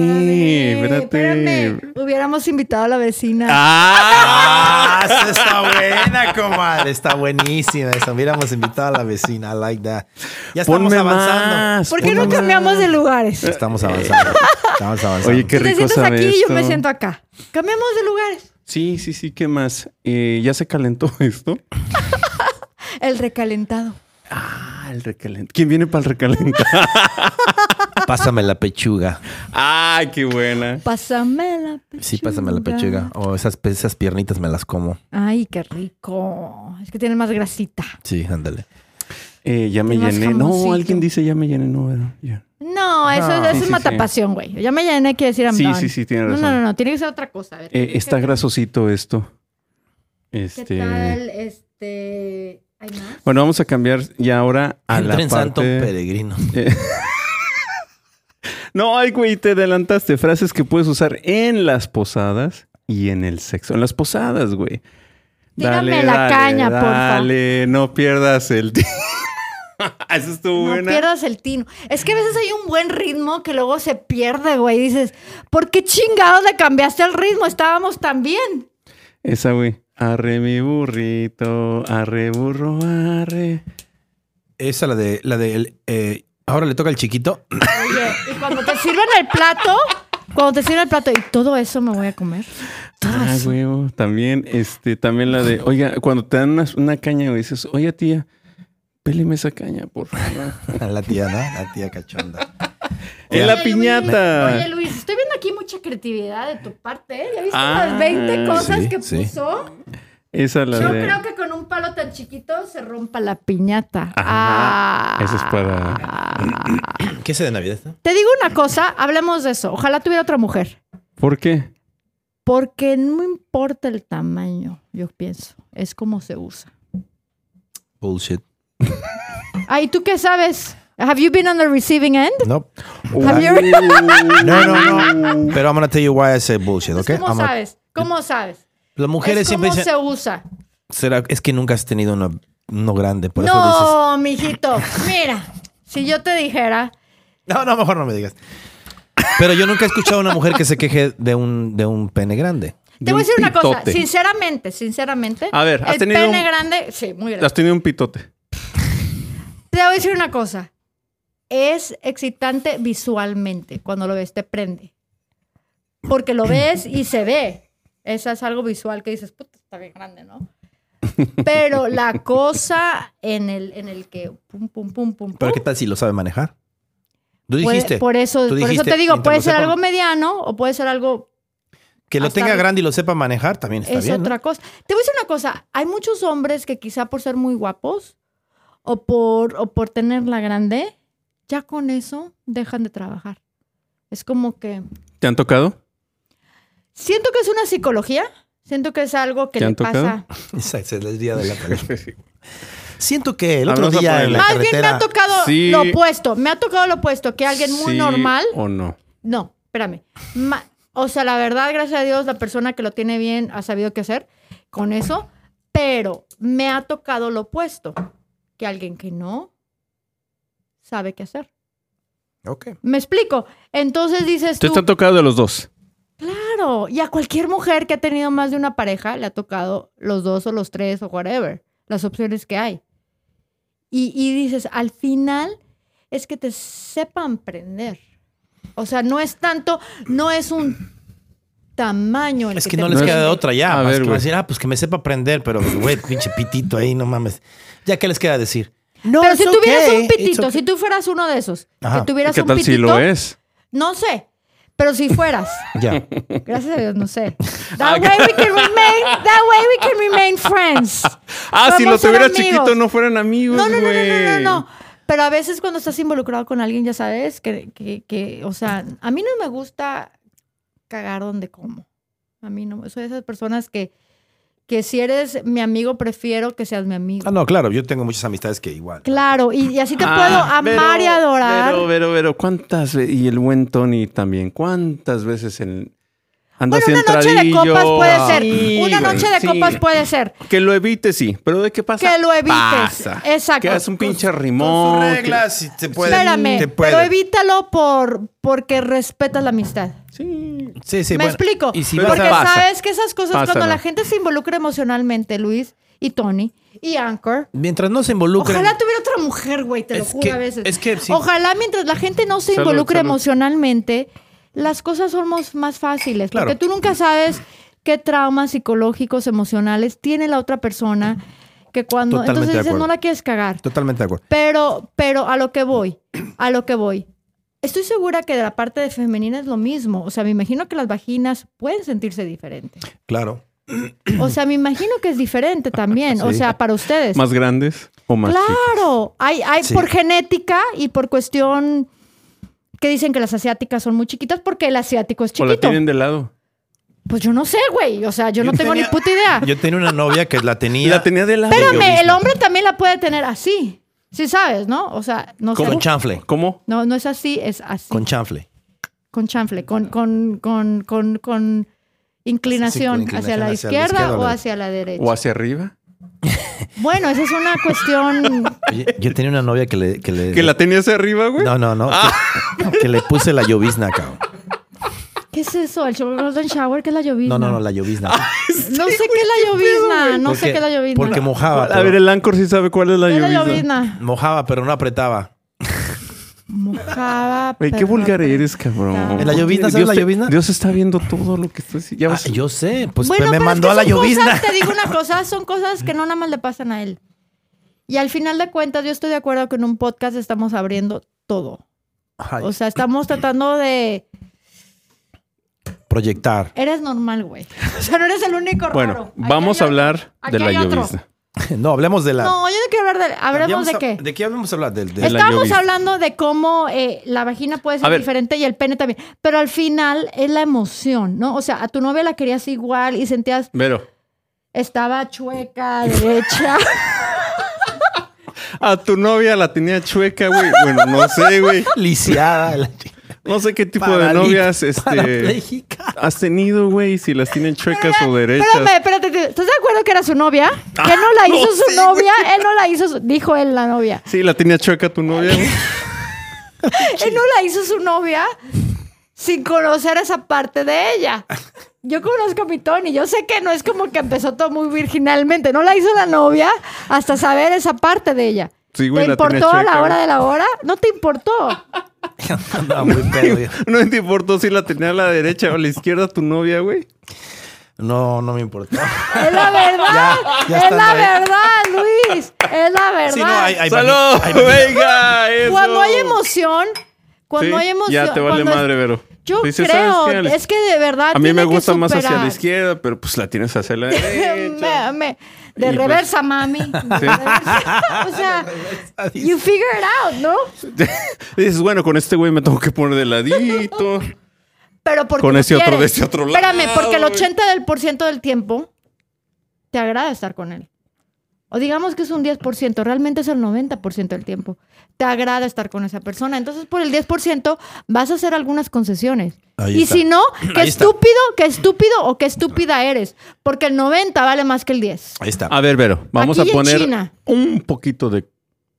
[SPEAKER 2] espérame.
[SPEAKER 1] espérate.
[SPEAKER 2] espérame. Hubiéramos invitado a la vecina.
[SPEAKER 1] ¡Ah!
[SPEAKER 3] Ah, esa está buena, comadre. Está buenísima esa. Hubiéramos invitado a la vecina. I like that. Ya estamos
[SPEAKER 1] Ponme
[SPEAKER 3] avanzando.
[SPEAKER 1] más.
[SPEAKER 2] ¿Por qué
[SPEAKER 1] ponme
[SPEAKER 2] no
[SPEAKER 1] más.
[SPEAKER 2] cambiamos de lugares? Si
[SPEAKER 3] Estamos
[SPEAKER 1] (laughs)
[SPEAKER 3] avanzando. Estamos avanzando.
[SPEAKER 1] Oye, qué
[SPEAKER 2] te
[SPEAKER 1] rico
[SPEAKER 2] sientas
[SPEAKER 1] sabe
[SPEAKER 2] aquí, yo me
[SPEAKER 1] esto.
[SPEAKER 2] siento acá. Cambiamos de lugares.
[SPEAKER 1] Sí, sí, sí, ¿qué más? Eh, ¿Ya se calentó (laughs) esto?
[SPEAKER 2] El recalentado.
[SPEAKER 1] Ah, el recalentado. ¿Quién viene para el recalentado?
[SPEAKER 3] Pásame la pechuga.
[SPEAKER 1] (laughs) ¡Ay, qué buena!
[SPEAKER 2] Pásame la pechuga.
[SPEAKER 3] Sí, pásame la pechuga. O esas, pe- esas piernitas me las como.
[SPEAKER 2] Ay, qué rico. Es que tiene más grasita.
[SPEAKER 3] Sí, ándale.
[SPEAKER 1] Eh, ya me
[SPEAKER 2] Más
[SPEAKER 1] llené. No,
[SPEAKER 2] jamoncito.
[SPEAKER 1] alguien dice ya me llené, no, ¿verdad? Ya.
[SPEAKER 2] No, eso,
[SPEAKER 3] No.
[SPEAKER 2] eso
[SPEAKER 1] Ah, Sí,
[SPEAKER 2] es
[SPEAKER 1] sí,
[SPEAKER 2] matapasión, güey. Ya me llené, quiere decir I'm
[SPEAKER 1] Sí,
[SPEAKER 2] done.
[SPEAKER 1] sí, sí, tiene
[SPEAKER 2] No,
[SPEAKER 1] razón.
[SPEAKER 2] no, no, no, tiene que ser otra cosa. A ver,
[SPEAKER 1] Eh, está grasosito esto.
[SPEAKER 2] ¿Qué
[SPEAKER 1] Este.
[SPEAKER 2] tal? Este. ¿Hay más?
[SPEAKER 1] Bueno, vamos a cambiar ya ahora a
[SPEAKER 3] Entra
[SPEAKER 1] la
[SPEAKER 3] en Santo
[SPEAKER 1] parte.
[SPEAKER 3] Peregrino.
[SPEAKER 1] No, ay, güey, te adelantaste. Frases que puedes usar en las posadas y en el sexo. En las posadas, güey.
[SPEAKER 2] Tírame la caña, porfa.
[SPEAKER 1] Dale, no pierdas el (laughs) tiempo. Eso estuvo
[SPEAKER 2] No
[SPEAKER 1] buena.
[SPEAKER 2] pierdas el tino. Es que a veces hay un buen ritmo que luego se pierde, güey. Dices, ¿por qué chingados le cambiaste el ritmo? Estábamos tan bien.
[SPEAKER 1] Esa, güey. Arre mi burrito, arre burro, arre.
[SPEAKER 3] Esa la de la de eh, ahora le toca al (laughs) chiquito.
[SPEAKER 2] Oye, y cuando te sirven el plato, cuando te sirven el plato, y todo eso me voy a comer. Todo
[SPEAKER 1] Ah,
[SPEAKER 2] eso.
[SPEAKER 1] huevo. También, este, también la de, oiga, cuando te dan una, una caña, güey, dices, oye, tía, péleme esa caña, por
[SPEAKER 2] (laughs)
[SPEAKER 1] favor.
[SPEAKER 3] la tía, ¿no? La tía cachonda.
[SPEAKER 1] en
[SPEAKER 2] Oye,
[SPEAKER 1] la
[SPEAKER 2] Luis,
[SPEAKER 1] piñata.
[SPEAKER 2] oye, Luis, estoy viendo aquí mucha creatividad de tu parte. ¿eh? ¿Ya viste
[SPEAKER 1] Ah,
[SPEAKER 2] las 20 cosas
[SPEAKER 3] sí,
[SPEAKER 2] que
[SPEAKER 3] sí.
[SPEAKER 2] puso?
[SPEAKER 1] Esa la
[SPEAKER 2] Yo
[SPEAKER 1] de.
[SPEAKER 2] creo que con un palo tan chiquito se rompa la piñata.
[SPEAKER 1] Ajá.
[SPEAKER 2] Ah.
[SPEAKER 1] Eso es para-
[SPEAKER 3] ¿Qué es de Navidad? no?
[SPEAKER 2] Te digo una cosa, hablemos de eso. Ojalá tuviera otra mujer.
[SPEAKER 1] ¿Por qué?
[SPEAKER 2] Porque no importa el tamaño, yo pienso. Es como se usa.
[SPEAKER 3] Bullshit.
[SPEAKER 2] Ay, ¿tú qué sabes? ¿Have you been on the receiving end?
[SPEAKER 3] No.
[SPEAKER 2] Have
[SPEAKER 1] (laughs)
[SPEAKER 2] you ever-
[SPEAKER 3] No, no, no. Pero I'm gonna tell you why I say bullshit, ¿ok?
[SPEAKER 2] Entonces, Pues, ¿Cómo
[SPEAKER 3] I'm gonna-
[SPEAKER 2] sabes? ¿Cómo sabes?
[SPEAKER 3] Las
[SPEAKER 2] es
[SPEAKER 3] mujeres
[SPEAKER 2] como
[SPEAKER 3] siempre dicen,
[SPEAKER 2] se usa.
[SPEAKER 3] "Será- es que nunca has tenido uno, uno grande, por eso dices.
[SPEAKER 2] No, mijito. Mira, si yo te dijera,
[SPEAKER 3] No, no, mejor no me digas. Pero yo nunca he escuchado a una mujer que se queje de un, de un pene grande.
[SPEAKER 2] te voy a decir una cosa,
[SPEAKER 1] pitote.
[SPEAKER 2] sinceramente, sinceramente.
[SPEAKER 1] A ver, ¿has
[SPEAKER 2] el
[SPEAKER 1] tenido
[SPEAKER 2] pene
[SPEAKER 1] un-
[SPEAKER 2] grande, sí, muy grande.
[SPEAKER 1] Has tenido un pitote.
[SPEAKER 2] Te voy a decir una cosa. Es excitante visualmente. Cuando lo ves, te prende. Porque lo ves y se ve. Esa es algo visual que dices, puta, está bien grande, ¿no? Pero la cosa en el, en el que pum, pum, pum, pum,
[SPEAKER 3] Pero
[SPEAKER 2] pum,
[SPEAKER 3] ¿qué tal si lo sabe manejar? Tú
[SPEAKER 2] puede-
[SPEAKER 3] dijiste
[SPEAKER 2] por eso,
[SPEAKER 3] tú
[SPEAKER 2] por eso
[SPEAKER 3] dijiste,
[SPEAKER 2] te digo,
[SPEAKER 3] mientras
[SPEAKER 2] puede
[SPEAKER 3] lo
[SPEAKER 2] ser
[SPEAKER 3] sepan-
[SPEAKER 2] algo mediano o puede ser algo
[SPEAKER 3] que lo
[SPEAKER 2] hasta-
[SPEAKER 3] tenga grande y lo sepa manejar, también está
[SPEAKER 2] es
[SPEAKER 3] bien. ¿no?
[SPEAKER 2] otra cosa. Te voy a decir una cosa. Hay muchos hombres que quizá por ser muy guapos o por, o por tenerla grande, ya con eso dejan de trabajar. Es como que...
[SPEAKER 1] ¿Te han tocado?
[SPEAKER 2] (laughs) Siento que es una psicología. Siento que es algo que
[SPEAKER 1] ¿Te
[SPEAKER 2] le
[SPEAKER 1] han tocado?
[SPEAKER 2] pasa.
[SPEAKER 3] Exacto, es el día de la (laughs) Siento que el otro
[SPEAKER 1] Vamos a
[SPEAKER 3] día en
[SPEAKER 1] ponerle.
[SPEAKER 3] la
[SPEAKER 2] Más bien me
[SPEAKER 3] carretera
[SPEAKER 2] ha tocado
[SPEAKER 1] Sí.
[SPEAKER 2] lo opuesto. Me ha tocado lo opuesto. Que alguien muy
[SPEAKER 1] Sí
[SPEAKER 2] normal.
[SPEAKER 1] ¿O no?
[SPEAKER 2] No, espérame. Ma- o sea, la verdad, gracias a Dios, la persona que lo tiene bien ha sabido qué hacer con eso. Pero me ha tocado lo opuesto. Que alguien que no sabe qué hacer.
[SPEAKER 3] Ok.
[SPEAKER 2] Me explico. Entonces dices
[SPEAKER 1] Te
[SPEAKER 2] tú,
[SPEAKER 1] está tocado de los dos.
[SPEAKER 2] claro. Y a cualquier mujer que ha tenido más de una pareja le ha tocado los dos o los tres o whatever. Las opciones que hay. Y, y dices, al final es que te sepan prender. O sea, no es tanto, no es un tamaño. el
[SPEAKER 3] Es que,
[SPEAKER 2] te
[SPEAKER 3] no les
[SPEAKER 1] No es-
[SPEAKER 3] queda de otra ya.
[SPEAKER 1] A
[SPEAKER 3] más
[SPEAKER 1] ver,
[SPEAKER 3] que
[SPEAKER 1] güey.
[SPEAKER 3] decir, ah, pues que me sepa aprender, pero pues, güey, pinche pitito ahí, no mames. ¿Ya qué les queda decir? No,
[SPEAKER 2] Pero
[SPEAKER 3] it's
[SPEAKER 2] si tuvieras
[SPEAKER 3] okay,
[SPEAKER 2] un
[SPEAKER 3] it's
[SPEAKER 2] pitito,
[SPEAKER 3] okay.
[SPEAKER 2] si tú fueras uno de esos,
[SPEAKER 3] Ajá.
[SPEAKER 2] que tuvieras
[SPEAKER 1] ¿Qué
[SPEAKER 2] un
[SPEAKER 1] tal
[SPEAKER 2] pitito,
[SPEAKER 1] si lo es?
[SPEAKER 2] no sé. Pero si
[SPEAKER 1] (laughs)
[SPEAKER 2] fueras,
[SPEAKER 3] Ya.
[SPEAKER 2] gracias a Dios, no sé.
[SPEAKER 3] Ah,
[SPEAKER 2] That way we can remain, that way we can remain friends.
[SPEAKER 1] Ah, si lo
[SPEAKER 2] Somos
[SPEAKER 1] tuvieras
[SPEAKER 2] amigos.
[SPEAKER 1] chiquito, no fueran amigos.
[SPEAKER 2] No, no, no, no, no, no,
[SPEAKER 1] güey.
[SPEAKER 2] no. Pero a veces cuando estás involucrado con alguien, ya sabes que, que, que, o sea, a mí no me gusta cagar donde como. A mí no. Soy de esas personas que, que si eres mi amigo, prefiero que seas mi amigo.
[SPEAKER 3] Ah, no, claro, yo tengo muchas amistades que igual.
[SPEAKER 2] Claro, y, y así te
[SPEAKER 1] Ah,
[SPEAKER 2] puedo amar y
[SPEAKER 1] pero,
[SPEAKER 2] adorar.
[SPEAKER 1] Pero, pero, pero, ¿cuántas ve- Y el buen Tony también. ¿Cuántas veces en. Anda
[SPEAKER 2] bueno, una noche de copas puede ser. una noche de copas
[SPEAKER 1] puede
[SPEAKER 2] puede ser.
[SPEAKER 1] Que lo evites, sí. Pero ¿de qué pasa?
[SPEAKER 2] Que lo evites.
[SPEAKER 1] Pasa.
[SPEAKER 2] Exacto.
[SPEAKER 1] Que hagas un
[SPEAKER 2] Con-
[SPEAKER 1] pinche
[SPEAKER 3] Con
[SPEAKER 1] rimón.
[SPEAKER 3] sus
[SPEAKER 1] que-
[SPEAKER 3] reglas, si se puede.
[SPEAKER 2] Espérame,
[SPEAKER 3] se puede.
[SPEAKER 2] pero evítalo por, porque respetas la amistad.
[SPEAKER 1] Sí.
[SPEAKER 3] Sí, sí,
[SPEAKER 2] ¿Me
[SPEAKER 3] bueno,
[SPEAKER 2] explico?
[SPEAKER 3] Y si
[SPEAKER 1] Pero
[SPEAKER 3] vas
[SPEAKER 2] Porque
[SPEAKER 3] a...
[SPEAKER 1] pasa.
[SPEAKER 2] sabes que esas cosas, cuando
[SPEAKER 1] Pásalo.
[SPEAKER 2] la gente se involucra emocionalmente, Luis y Tony y Anchor,
[SPEAKER 3] Mientras no se involucren.
[SPEAKER 2] ojalá tuviera otra mujer, güey, te lo
[SPEAKER 3] Es
[SPEAKER 2] juro
[SPEAKER 3] que-
[SPEAKER 2] a veces.
[SPEAKER 3] es que sí.
[SPEAKER 2] Ojalá mientras la gente no se
[SPEAKER 1] Salud,
[SPEAKER 2] involucre
[SPEAKER 1] salud.
[SPEAKER 2] emocionalmente, las cosas son mos- más fáciles.
[SPEAKER 3] Claro.
[SPEAKER 2] Porque tú nunca sabes qué traumas psicológicos, emocionales tiene la otra persona que cuando.
[SPEAKER 3] Totalmente de
[SPEAKER 2] entonces dices,
[SPEAKER 3] acuerdo.
[SPEAKER 2] no la quieres cagar.
[SPEAKER 3] Totalmente de acuerdo.
[SPEAKER 2] Pero, pero a lo que voy, a lo que voy. Estoy segura que de la parte de femenina es lo mismo. O sea, me imagino que las vaginas pueden sentirse diferentes.
[SPEAKER 3] Claro.
[SPEAKER 2] O sea, me imagino que es diferente también. O
[SPEAKER 1] (laughs)
[SPEAKER 3] Sí.
[SPEAKER 2] sea, para ustedes.
[SPEAKER 1] Más grandes. o más chicas.
[SPEAKER 2] Claro, hay, hay
[SPEAKER 3] Sí.
[SPEAKER 2] por genética y por cuestión que dicen que las asiáticas son muy chiquitas porque el asiático es
[SPEAKER 1] O la
[SPEAKER 2] chiquito.
[SPEAKER 1] tienen de lado.
[SPEAKER 2] Pues yo no sé, güey. O sea, yo no
[SPEAKER 3] Yo
[SPEAKER 2] tengo
[SPEAKER 3] tenía-
[SPEAKER 2] ni puta idea.
[SPEAKER 3] Yo tenía una novia que la tenía,
[SPEAKER 1] La tenía de lado.
[SPEAKER 2] Espérame, el hombre también la puede tener así. Sí sabes, ¿no? O sea, no sé.
[SPEAKER 3] con chanfle.
[SPEAKER 1] ¿Cómo?
[SPEAKER 2] No, no es así, es así.
[SPEAKER 3] Con
[SPEAKER 2] Con,
[SPEAKER 3] chanfle.
[SPEAKER 2] chanfle, con, con, con, con, con inclinación,
[SPEAKER 3] inclinación
[SPEAKER 2] hacia la
[SPEAKER 3] hacia la
[SPEAKER 2] izquierda
[SPEAKER 3] izquierda o
[SPEAKER 2] o
[SPEAKER 3] la-
[SPEAKER 2] hacia la derecha.
[SPEAKER 1] ¿O hacia arriba?
[SPEAKER 2] Bueno, esa es una cuestión. (laughs)
[SPEAKER 3] Oye, yo tenía una novia que le... Que le
[SPEAKER 1] ¿Que la tenía hacia arriba, güey?
[SPEAKER 3] Eh, No, no, no. Que, que le puse la llovizna, cabrón.
[SPEAKER 2] ¿Qué es eso? ¿El Golden Shower? ¿Qué es la llovizna?
[SPEAKER 3] No, no, no, la
[SPEAKER 2] (laughs)
[SPEAKER 3] llovizna. (laughs)
[SPEAKER 2] No sé qué es la llovizna. No sé
[SPEAKER 3] Porque-
[SPEAKER 2] qué es la llovizna.
[SPEAKER 3] Porque mojaba.
[SPEAKER 1] A ver,
[SPEAKER 3] pero-
[SPEAKER 1] el Ancor sí sabe cuál es la
[SPEAKER 2] ¿Qué es la
[SPEAKER 1] llovizna.
[SPEAKER 2] llovizna?
[SPEAKER 3] Mojaba, pero no apretaba. (laughs)
[SPEAKER 2] Mojaba.
[SPEAKER 1] Güey, qué
[SPEAKER 2] pero-
[SPEAKER 1] vulgar eres, cabrón.
[SPEAKER 3] ¿En la llovizna? ¿Sabes
[SPEAKER 1] Dios
[SPEAKER 3] la
[SPEAKER 1] te-
[SPEAKER 3] llovizna?
[SPEAKER 1] Dios está viendo todo lo que estás haciendo. Ya
[SPEAKER 3] Ah,
[SPEAKER 1] vas-
[SPEAKER 3] yo sé, pues
[SPEAKER 2] Bueno,
[SPEAKER 3] me
[SPEAKER 2] pero es
[SPEAKER 3] mandó
[SPEAKER 2] que
[SPEAKER 3] a la
[SPEAKER 2] son
[SPEAKER 3] llovizna.
[SPEAKER 2] cosas, te digo una cosa, son cosas que no nada más le pasan a él. Y al final de cuentas, yo estoy de acuerdo que en un podcast estamos abriendo todo.
[SPEAKER 3] (laughs) Ay,
[SPEAKER 2] O sea, estamos tratando de.
[SPEAKER 3] proyectar. (laughs)
[SPEAKER 2] Eres normal, güey. O sea, no eres el único raro.
[SPEAKER 1] Bueno,
[SPEAKER 2] Aquí
[SPEAKER 1] vamos a
[SPEAKER 2] hay otro.
[SPEAKER 1] hablar de
[SPEAKER 2] Aquí
[SPEAKER 1] la
[SPEAKER 2] hay otro.
[SPEAKER 1] llovizna.
[SPEAKER 3] No, hablemos de la.
[SPEAKER 2] No, yo no quiero hablar de. ¿Hablamos
[SPEAKER 3] Habíamos
[SPEAKER 2] de
[SPEAKER 3] hab-
[SPEAKER 2] qué?
[SPEAKER 3] ¿De qué habíamos hablado? Del- del-
[SPEAKER 1] Es- la
[SPEAKER 2] Estábamos
[SPEAKER 1] llovizna.
[SPEAKER 2] hablando de cómo eh, la vagina puede
[SPEAKER 1] A
[SPEAKER 2] ser
[SPEAKER 1] ver.
[SPEAKER 2] diferente y el pene también. Pero al final es la emoción, ¿no? O sea, a tu novia la querías igual y sentías.
[SPEAKER 1] Pero (laughs)
[SPEAKER 2] Estaba chueca, derecha.
[SPEAKER 1] a Ah, tu novia la tenía chueca, güey. Bueno, no sé, güey.
[SPEAKER 3] Lisiada. la chi-
[SPEAKER 1] No sé qué tipo de
[SPEAKER 3] Paralí- (laughs)
[SPEAKER 1] novias este,
[SPEAKER 3] parapléjica.
[SPEAKER 1] has tenido, güey, si las tienen chuecas o derechas.
[SPEAKER 2] Espérame, espérate. espérate. ¿Estás de acuerdo que era su novia?
[SPEAKER 1] Ah,
[SPEAKER 2] Que él no la hizo su novia. Él no la hizo, su- dijo él la novia.
[SPEAKER 1] Sí, la tenía chueca tu novia,
[SPEAKER 3] (laughs)
[SPEAKER 1] güey.
[SPEAKER 2] Él no la hizo su novia sin conocer esa parte de ella. Yo conozco a mi Tony. Yo sé que no es como que empezó todo muy virginalmente. No la hizo la novia hasta saber esa parte de ella.
[SPEAKER 1] Sí, güey,
[SPEAKER 2] ¿Te
[SPEAKER 1] la tenía
[SPEAKER 2] importó a
[SPEAKER 1] chueca,
[SPEAKER 2] la hora
[SPEAKER 1] güey.
[SPEAKER 2] de la hora? No te importó.
[SPEAKER 3] Andaba muy pedo, yo.
[SPEAKER 1] No te importó si la tenía a la derecha o a la izquierda tu novia, güey.
[SPEAKER 3] No, no me importó.
[SPEAKER 2] (laughs)
[SPEAKER 1] (laughs)
[SPEAKER 2] Es la verdad.
[SPEAKER 3] Ya, ya
[SPEAKER 2] es
[SPEAKER 3] estando
[SPEAKER 2] la
[SPEAKER 3] ahí.
[SPEAKER 2] verdad, Luis. Es la verdad.
[SPEAKER 3] Sí, no, hay- hay-
[SPEAKER 1] ¡Salud!
[SPEAKER 3] hay-
[SPEAKER 1] ¡Venga! eso!
[SPEAKER 2] Cuando hay emoción, cuando
[SPEAKER 1] Sí,
[SPEAKER 2] hay emoción.
[SPEAKER 1] Ya te vale
[SPEAKER 2] cuando es-
[SPEAKER 1] madre, Vero.
[SPEAKER 2] Yo
[SPEAKER 1] Dices, "¿Sabes
[SPEAKER 2] creo,
[SPEAKER 1] qué, Alex?
[SPEAKER 2] es que de verdad.
[SPEAKER 1] A mí
[SPEAKER 2] tiene
[SPEAKER 1] me
[SPEAKER 2] que
[SPEAKER 1] gusta más hacia la
[SPEAKER 2] superar.
[SPEAKER 1] izquierda, pero pues la tienes hacia
[SPEAKER 2] (laughs)
[SPEAKER 1] la
[SPEAKER 2] Me-
[SPEAKER 1] derecha.
[SPEAKER 2] (laughs) me- de
[SPEAKER 1] Y pues- (laughs)
[SPEAKER 2] reversa, mami. De reversa. O sea, you figure it out, ¿no?
[SPEAKER 1] (laughs) Dices, bueno, con este güey me tengo que poner de ladito.
[SPEAKER 2] Pero porque
[SPEAKER 1] Con
[SPEAKER 2] lo
[SPEAKER 1] ese otro
[SPEAKER 2] quieres.
[SPEAKER 1] de ese otro lado,
[SPEAKER 2] Espérame, porque el
[SPEAKER 1] güey.
[SPEAKER 2] 80% del, por ciento del tiempo te agrada estar con él. O digamos que es un 10%, realmente es el 90% del tiempo. Te agrada estar con esa persona. Entonces, por el 10% vas a hacer algunas concesiones.
[SPEAKER 3] Ahí
[SPEAKER 2] y
[SPEAKER 3] está.
[SPEAKER 2] si no, qué
[SPEAKER 3] Ahí está.
[SPEAKER 2] estúpido, qué estúpido o qué estúpida eres. Porque el 90% vale más que el 10%.
[SPEAKER 3] Ahí está.
[SPEAKER 1] A ver, Vero, vamos
[SPEAKER 2] Aquí
[SPEAKER 1] a
[SPEAKER 2] y en
[SPEAKER 1] poner
[SPEAKER 2] China.
[SPEAKER 1] un poquito de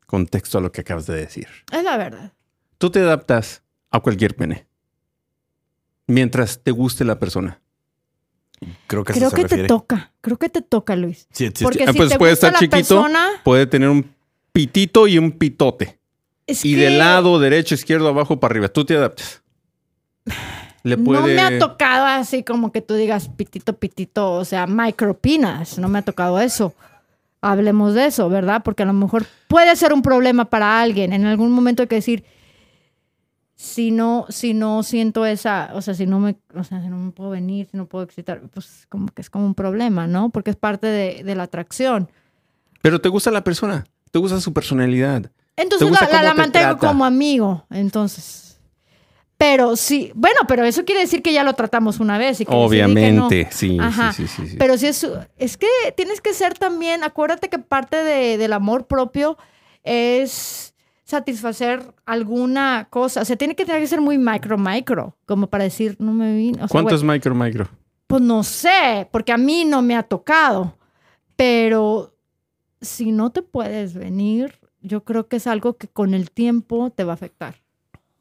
[SPEAKER 1] contexto a lo que acabas de decir.
[SPEAKER 2] Es la verdad.
[SPEAKER 1] Tú te adaptas a cualquier pene. Mientras te guste la persona.
[SPEAKER 3] creo que a
[SPEAKER 2] Creo
[SPEAKER 3] eso se
[SPEAKER 2] que
[SPEAKER 3] refiere.
[SPEAKER 2] te toca. Creo que te toca, Luis.
[SPEAKER 3] Sí, sí, sí.
[SPEAKER 2] Porque
[SPEAKER 1] Ah,
[SPEAKER 2] si
[SPEAKER 1] pues
[SPEAKER 2] te
[SPEAKER 1] puede
[SPEAKER 2] gusta
[SPEAKER 1] estar
[SPEAKER 2] la
[SPEAKER 1] chiquito.
[SPEAKER 2] persona,
[SPEAKER 1] Puede tener un pitito y un pitote.
[SPEAKER 2] es
[SPEAKER 1] Y
[SPEAKER 2] que
[SPEAKER 1] de lado, derecho, izquierdo, abajo, para arriba. Tú te
[SPEAKER 2] (sighs)
[SPEAKER 1] adaptas. Le puede...
[SPEAKER 2] No me ha tocado así como que tú digas pitito, pitito, o sea, micropinas. No me ha tocado eso. Hablemos de eso, ¿verdad? Porque a lo mejor puede ser un problema para alguien. En algún momento hay que decir, si no, si no siento esa, o sea, si no me, o sea, si no me puedo venir, si no puedo excitar, pues como que es como un problema, ¿no? Porque es parte de, de la atracción.
[SPEAKER 1] Pero te gusta la persona. Te gusta su personalidad.
[SPEAKER 2] Entonces
[SPEAKER 1] gusta
[SPEAKER 2] la, la-
[SPEAKER 1] cómo
[SPEAKER 2] la
[SPEAKER 1] te
[SPEAKER 2] mantengo
[SPEAKER 1] trata?
[SPEAKER 2] como amigo, entonces. Pero sí, bueno, pero eso quiere decir que ya lo tratamos una vez. Y que decidí que no.
[SPEAKER 1] Obviamente, sí,
[SPEAKER 2] Ajá.
[SPEAKER 1] sí, sí, sí, sí.
[SPEAKER 2] Pero si es, es que tienes que ser también, acuérdate que parte de- del amor propio es satisfacer alguna cosa. O sea, tiene que tener que ser muy micro, micro, como para decir, no me vino. O sea,
[SPEAKER 1] ¿Cuánto
[SPEAKER 2] güey,
[SPEAKER 1] es micro micro?
[SPEAKER 2] Pues no sé, porque a mí no me ha tocado. Pero si no te puedes venir, yo creo que es algo que con el tiempo te va a afectar.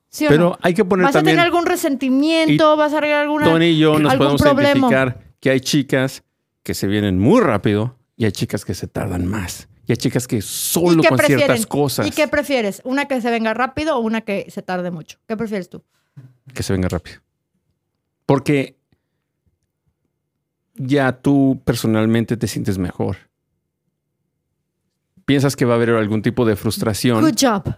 [SPEAKER 2] ¿Sí o
[SPEAKER 1] Pero
[SPEAKER 2] no?
[SPEAKER 1] hay que poner
[SPEAKER 2] Vas
[SPEAKER 1] también.
[SPEAKER 2] a tener algún resentimiento, vas a tener alguna...
[SPEAKER 1] Tony y yo nos
[SPEAKER 2] algún
[SPEAKER 1] podemos
[SPEAKER 2] problema.
[SPEAKER 1] identificar que hay chicas que se vienen muy rápido y hay chicas que se tardan más. Y hay chicas que solo
[SPEAKER 2] qué
[SPEAKER 1] con ciertas
[SPEAKER 2] prefieren?
[SPEAKER 1] cosas
[SPEAKER 2] ¿Y qué prefieres? ¿Una que se venga rápido o una que se tarde mucho? ¿Qué prefieres tú?
[SPEAKER 1] que se venga rápido. Porque ya tú personalmente te sientes mejor. Piensas que va a haber algún tipo de frustración.
[SPEAKER 2] Good job.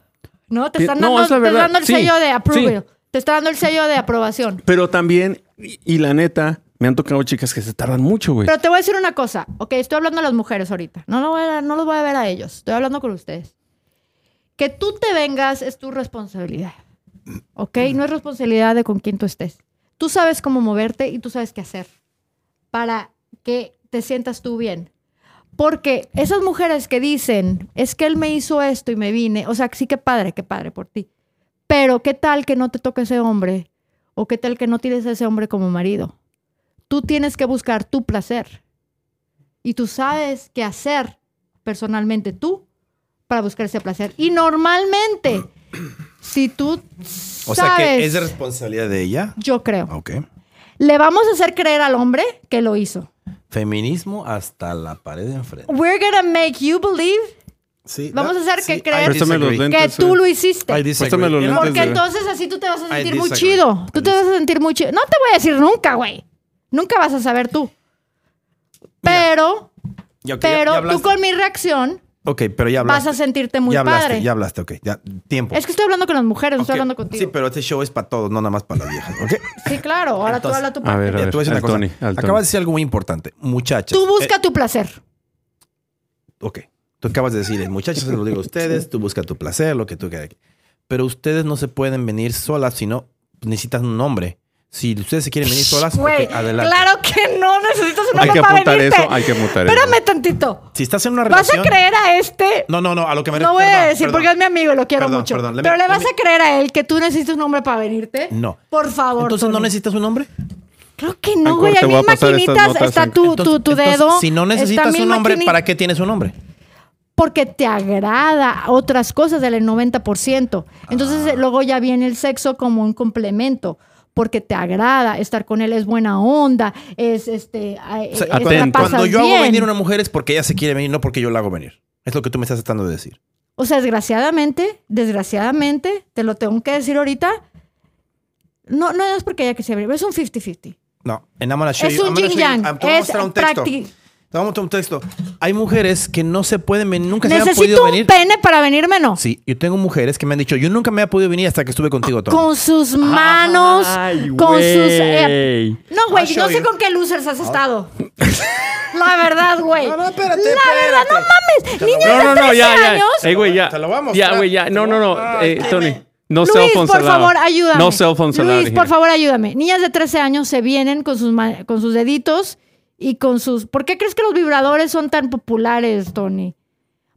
[SPEAKER 2] ¿No? Te
[SPEAKER 1] Sí,
[SPEAKER 2] están
[SPEAKER 1] no,
[SPEAKER 2] dando,
[SPEAKER 1] es la
[SPEAKER 2] te
[SPEAKER 1] verdad.
[SPEAKER 2] están dando el
[SPEAKER 1] Sí,
[SPEAKER 2] sello de
[SPEAKER 1] sí.
[SPEAKER 2] approval. Te está dando el sello de aprobación.
[SPEAKER 1] Pero también, y, y la neta, Me han tocado chicas que se tardan mucho, güey.
[SPEAKER 2] Pero te voy a decir una cosa. Ok, estoy hablando a las mujeres ahorita. No, lo voy a- no los voy a ver a ellos. Estoy hablando con ustedes. Que tú te vengas es tu responsabilidad. Ok, no es responsabilidad de con quién tú estés. Tú sabes cómo moverte y tú sabes qué hacer para que te sientas tú bien. Porque esas mujeres que dicen, es que él me hizo esto y me vine, o sea, sí que padre, qué padre por ti. Pero qué tal que no te toque ese hombre o qué tal que no tienes a ese hombre como marido tú tienes que buscar tu placer. Y tú sabes qué hacer personalmente tú para buscar ese placer. Y normalmente, si tú
[SPEAKER 3] O sea que
[SPEAKER 2] sabes,
[SPEAKER 3] es de responsabilidad de ella. Ah,
[SPEAKER 2] yo creo,
[SPEAKER 3] Ok.
[SPEAKER 2] le vamos a hacer creer al hombre que lo hizo.
[SPEAKER 3] Feminismo hasta la pared de enfrente.
[SPEAKER 2] We're gonna make you believe
[SPEAKER 3] Sí,
[SPEAKER 2] Vamos a hacer que crean-
[SPEAKER 1] Préstame los lentes. eh.
[SPEAKER 2] que
[SPEAKER 1] Entonces,
[SPEAKER 2] tú lo
[SPEAKER 3] I
[SPEAKER 2] hiciste.
[SPEAKER 3] disagree.
[SPEAKER 1] Préstame los
[SPEAKER 3] You know,
[SPEAKER 1] lentes.
[SPEAKER 2] Porque
[SPEAKER 1] güey.
[SPEAKER 2] entonces así tú te vas a
[SPEAKER 3] I
[SPEAKER 2] sentir muy
[SPEAKER 3] disagree.
[SPEAKER 2] chido. Tú te vas a sentir muy chido. No te voy a decir nunca, güey. Nunca vas a saber tú. Pero,
[SPEAKER 3] ya- ok, ya- ya
[SPEAKER 2] pero tú
[SPEAKER 3] hablaste.
[SPEAKER 2] con mi reacción
[SPEAKER 3] Ok, pero ya hablaste.
[SPEAKER 2] vas a sentirte muy
[SPEAKER 3] ya hablaste,
[SPEAKER 2] padre.
[SPEAKER 3] Ya hablaste, ok. Ya, tiempo.
[SPEAKER 2] Es que estoy hablando con las mujeres, no estoy
[SPEAKER 3] Ok,
[SPEAKER 2] hablando contigo.
[SPEAKER 3] Sí,
[SPEAKER 2] Sí,
[SPEAKER 3] pero este show es para todos, no nada más para las viejas. ¿ok?
[SPEAKER 2] claro. Ahora tú
[SPEAKER 3] Entonces,
[SPEAKER 2] habla tu
[SPEAKER 1] A
[SPEAKER 2] parte.
[SPEAKER 1] ver, a
[SPEAKER 3] Mira,
[SPEAKER 1] ver.
[SPEAKER 3] te voy a decir
[SPEAKER 1] al
[SPEAKER 3] una cosa.
[SPEAKER 1] Tony, al Tony.
[SPEAKER 3] Acabas de decir algo muy importante. Muchachas.
[SPEAKER 2] Tú busca
[SPEAKER 3] eh,
[SPEAKER 2] tu placer.
[SPEAKER 3] ok. Tú acabas de decir, eh, muchachas, se lo digo a ustedes, tú busca tu placer, lo que tú quieras. Pero ustedes no se pueden venir solas, sino necesitan un hombre. Si ustedes se quieren venir solas, ok,
[SPEAKER 2] Güey,
[SPEAKER 3] adelante.
[SPEAKER 2] claro que no necesitas una
[SPEAKER 1] Hay que
[SPEAKER 2] para
[SPEAKER 1] apuntar
[SPEAKER 2] venirte.
[SPEAKER 1] eso, hay que apuntar eso.
[SPEAKER 2] Espérame tantito.
[SPEAKER 3] Si estás en una
[SPEAKER 2] ¿Vas
[SPEAKER 3] relación.
[SPEAKER 2] a creer a este?
[SPEAKER 3] No, no, no, a lo que me
[SPEAKER 2] no voy a
[SPEAKER 3] perdón,
[SPEAKER 2] decir
[SPEAKER 3] perdón.
[SPEAKER 2] porque es mi amigo y lo quiero
[SPEAKER 3] Perdón,
[SPEAKER 2] mucho.
[SPEAKER 3] perdón, let me-
[SPEAKER 2] Pero le
[SPEAKER 3] let
[SPEAKER 2] vas
[SPEAKER 3] me-
[SPEAKER 2] a creer a él que tú necesitas un hombre para venirte.
[SPEAKER 3] No.
[SPEAKER 2] Por favor.
[SPEAKER 3] Entonces, ¿no
[SPEAKER 2] Tony.
[SPEAKER 3] necesitas un hombre?
[SPEAKER 2] Creo que no,
[SPEAKER 1] Ancor,
[SPEAKER 2] güey.
[SPEAKER 1] te
[SPEAKER 2] Hay
[SPEAKER 1] voy a
[SPEAKER 2] mil
[SPEAKER 1] pasar estas
[SPEAKER 2] maquinitas.
[SPEAKER 1] notas,
[SPEAKER 2] Está
[SPEAKER 1] Ancor.
[SPEAKER 2] tu,
[SPEAKER 3] Entonces-
[SPEAKER 2] tu, tu
[SPEAKER 3] entonces,
[SPEAKER 2] dedo.
[SPEAKER 3] si no
[SPEAKER 2] está
[SPEAKER 3] necesitas
[SPEAKER 2] mil
[SPEAKER 3] un hombre,
[SPEAKER 2] maquini-
[SPEAKER 3] ¿para qué tienes un hombre?
[SPEAKER 2] porque te agrada otras cosas del 90%.
[SPEAKER 3] Ah.
[SPEAKER 2] Entonces eh, luego ya viene el sexo como un complemento, porque te agrada estar con él, es buena onda, es este... ay,
[SPEAKER 3] O sea,
[SPEAKER 2] eh,
[SPEAKER 3] cuando-
[SPEAKER 2] la
[SPEAKER 1] atento.
[SPEAKER 2] pasas
[SPEAKER 3] Cuando yo hago
[SPEAKER 2] bien.
[SPEAKER 3] venir a una mujer es porque ella se quiere venir, no porque yo la hago venir. Es lo que tú me estás tratando de decir.
[SPEAKER 2] O sea, desgraciadamente, desgraciadamente, te lo tengo que decir ahorita, no, no es porque ella quisiera venir, es un 50-50.
[SPEAKER 3] No, en I'm gonna show
[SPEAKER 2] Es
[SPEAKER 3] you-
[SPEAKER 2] un
[SPEAKER 3] I'm gonna
[SPEAKER 2] yin
[SPEAKER 3] show you-
[SPEAKER 2] yang.
[SPEAKER 3] I'm- te voy a
[SPEAKER 2] Es
[SPEAKER 3] mostrar un texto.
[SPEAKER 2] practi-
[SPEAKER 3] Te voy a mostrar un texto. Hay mujeres que no se pueden venir, nunca se han
[SPEAKER 2] Necesito
[SPEAKER 3] podido
[SPEAKER 2] un
[SPEAKER 3] venir.
[SPEAKER 2] pene para venirme, ¿no?
[SPEAKER 3] Sí, yo tengo mujeres que me han dicho, yo nunca me he podido venir hasta que estuve contigo, Tony.
[SPEAKER 2] Ah, Con sus manos,
[SPEAKER 1] Ah, Ay,
[SPEAKER 2] con sus... eh,
[SPEAKER 1] güey.
[SPEAKER 2] No, güey,
[SPEAKER 3] I'll
[SPEAKER 2] no
[SPEAKER 3] show
[SPEAKER 2] sé
[SPEAKER 3] you.
[SPEAKER 2] con qué losers has estado. La verdad, güey.
[SPEAKER 3] No, no, espérate,
[SPEAKER 2] La verdad,
[SPEAKER 3] espérate.
[SPEAKER 2] no mames.
[SPEAKER 3] Te lo-
[SPEAKER 2] Niños
[SPEAKER 1] No, no,
[SPEAKER 2] de 13
[SPEAKER 1] no, ya, ya.
[SPEAKER 2] años.
[SPEAKER 1] Ey, güey, ya.
[SPEAKER 3] Te lo voy a mostrar.
[SPEAKER 1] Ya, güey, ya. No, no, no.
[SPEAKER 3] Ay,
[SPEAKER 1] Eh,
[SPEAKER 3] dime.
[SPEAKER 1] Tony, no
[SPEAKER 2] Luis,
[SPEAKER 1] self
[SPEAKER 2] por favor, ayúdame.
[SPEAKER 1] No self
[SPEAKER 2] Luis, por favor, ayúdame. Niñas de 13 años se vienen con sus, ma- con sus deditos y con sus... ¿Por qué crees que los vibradores son tan populares, Tony?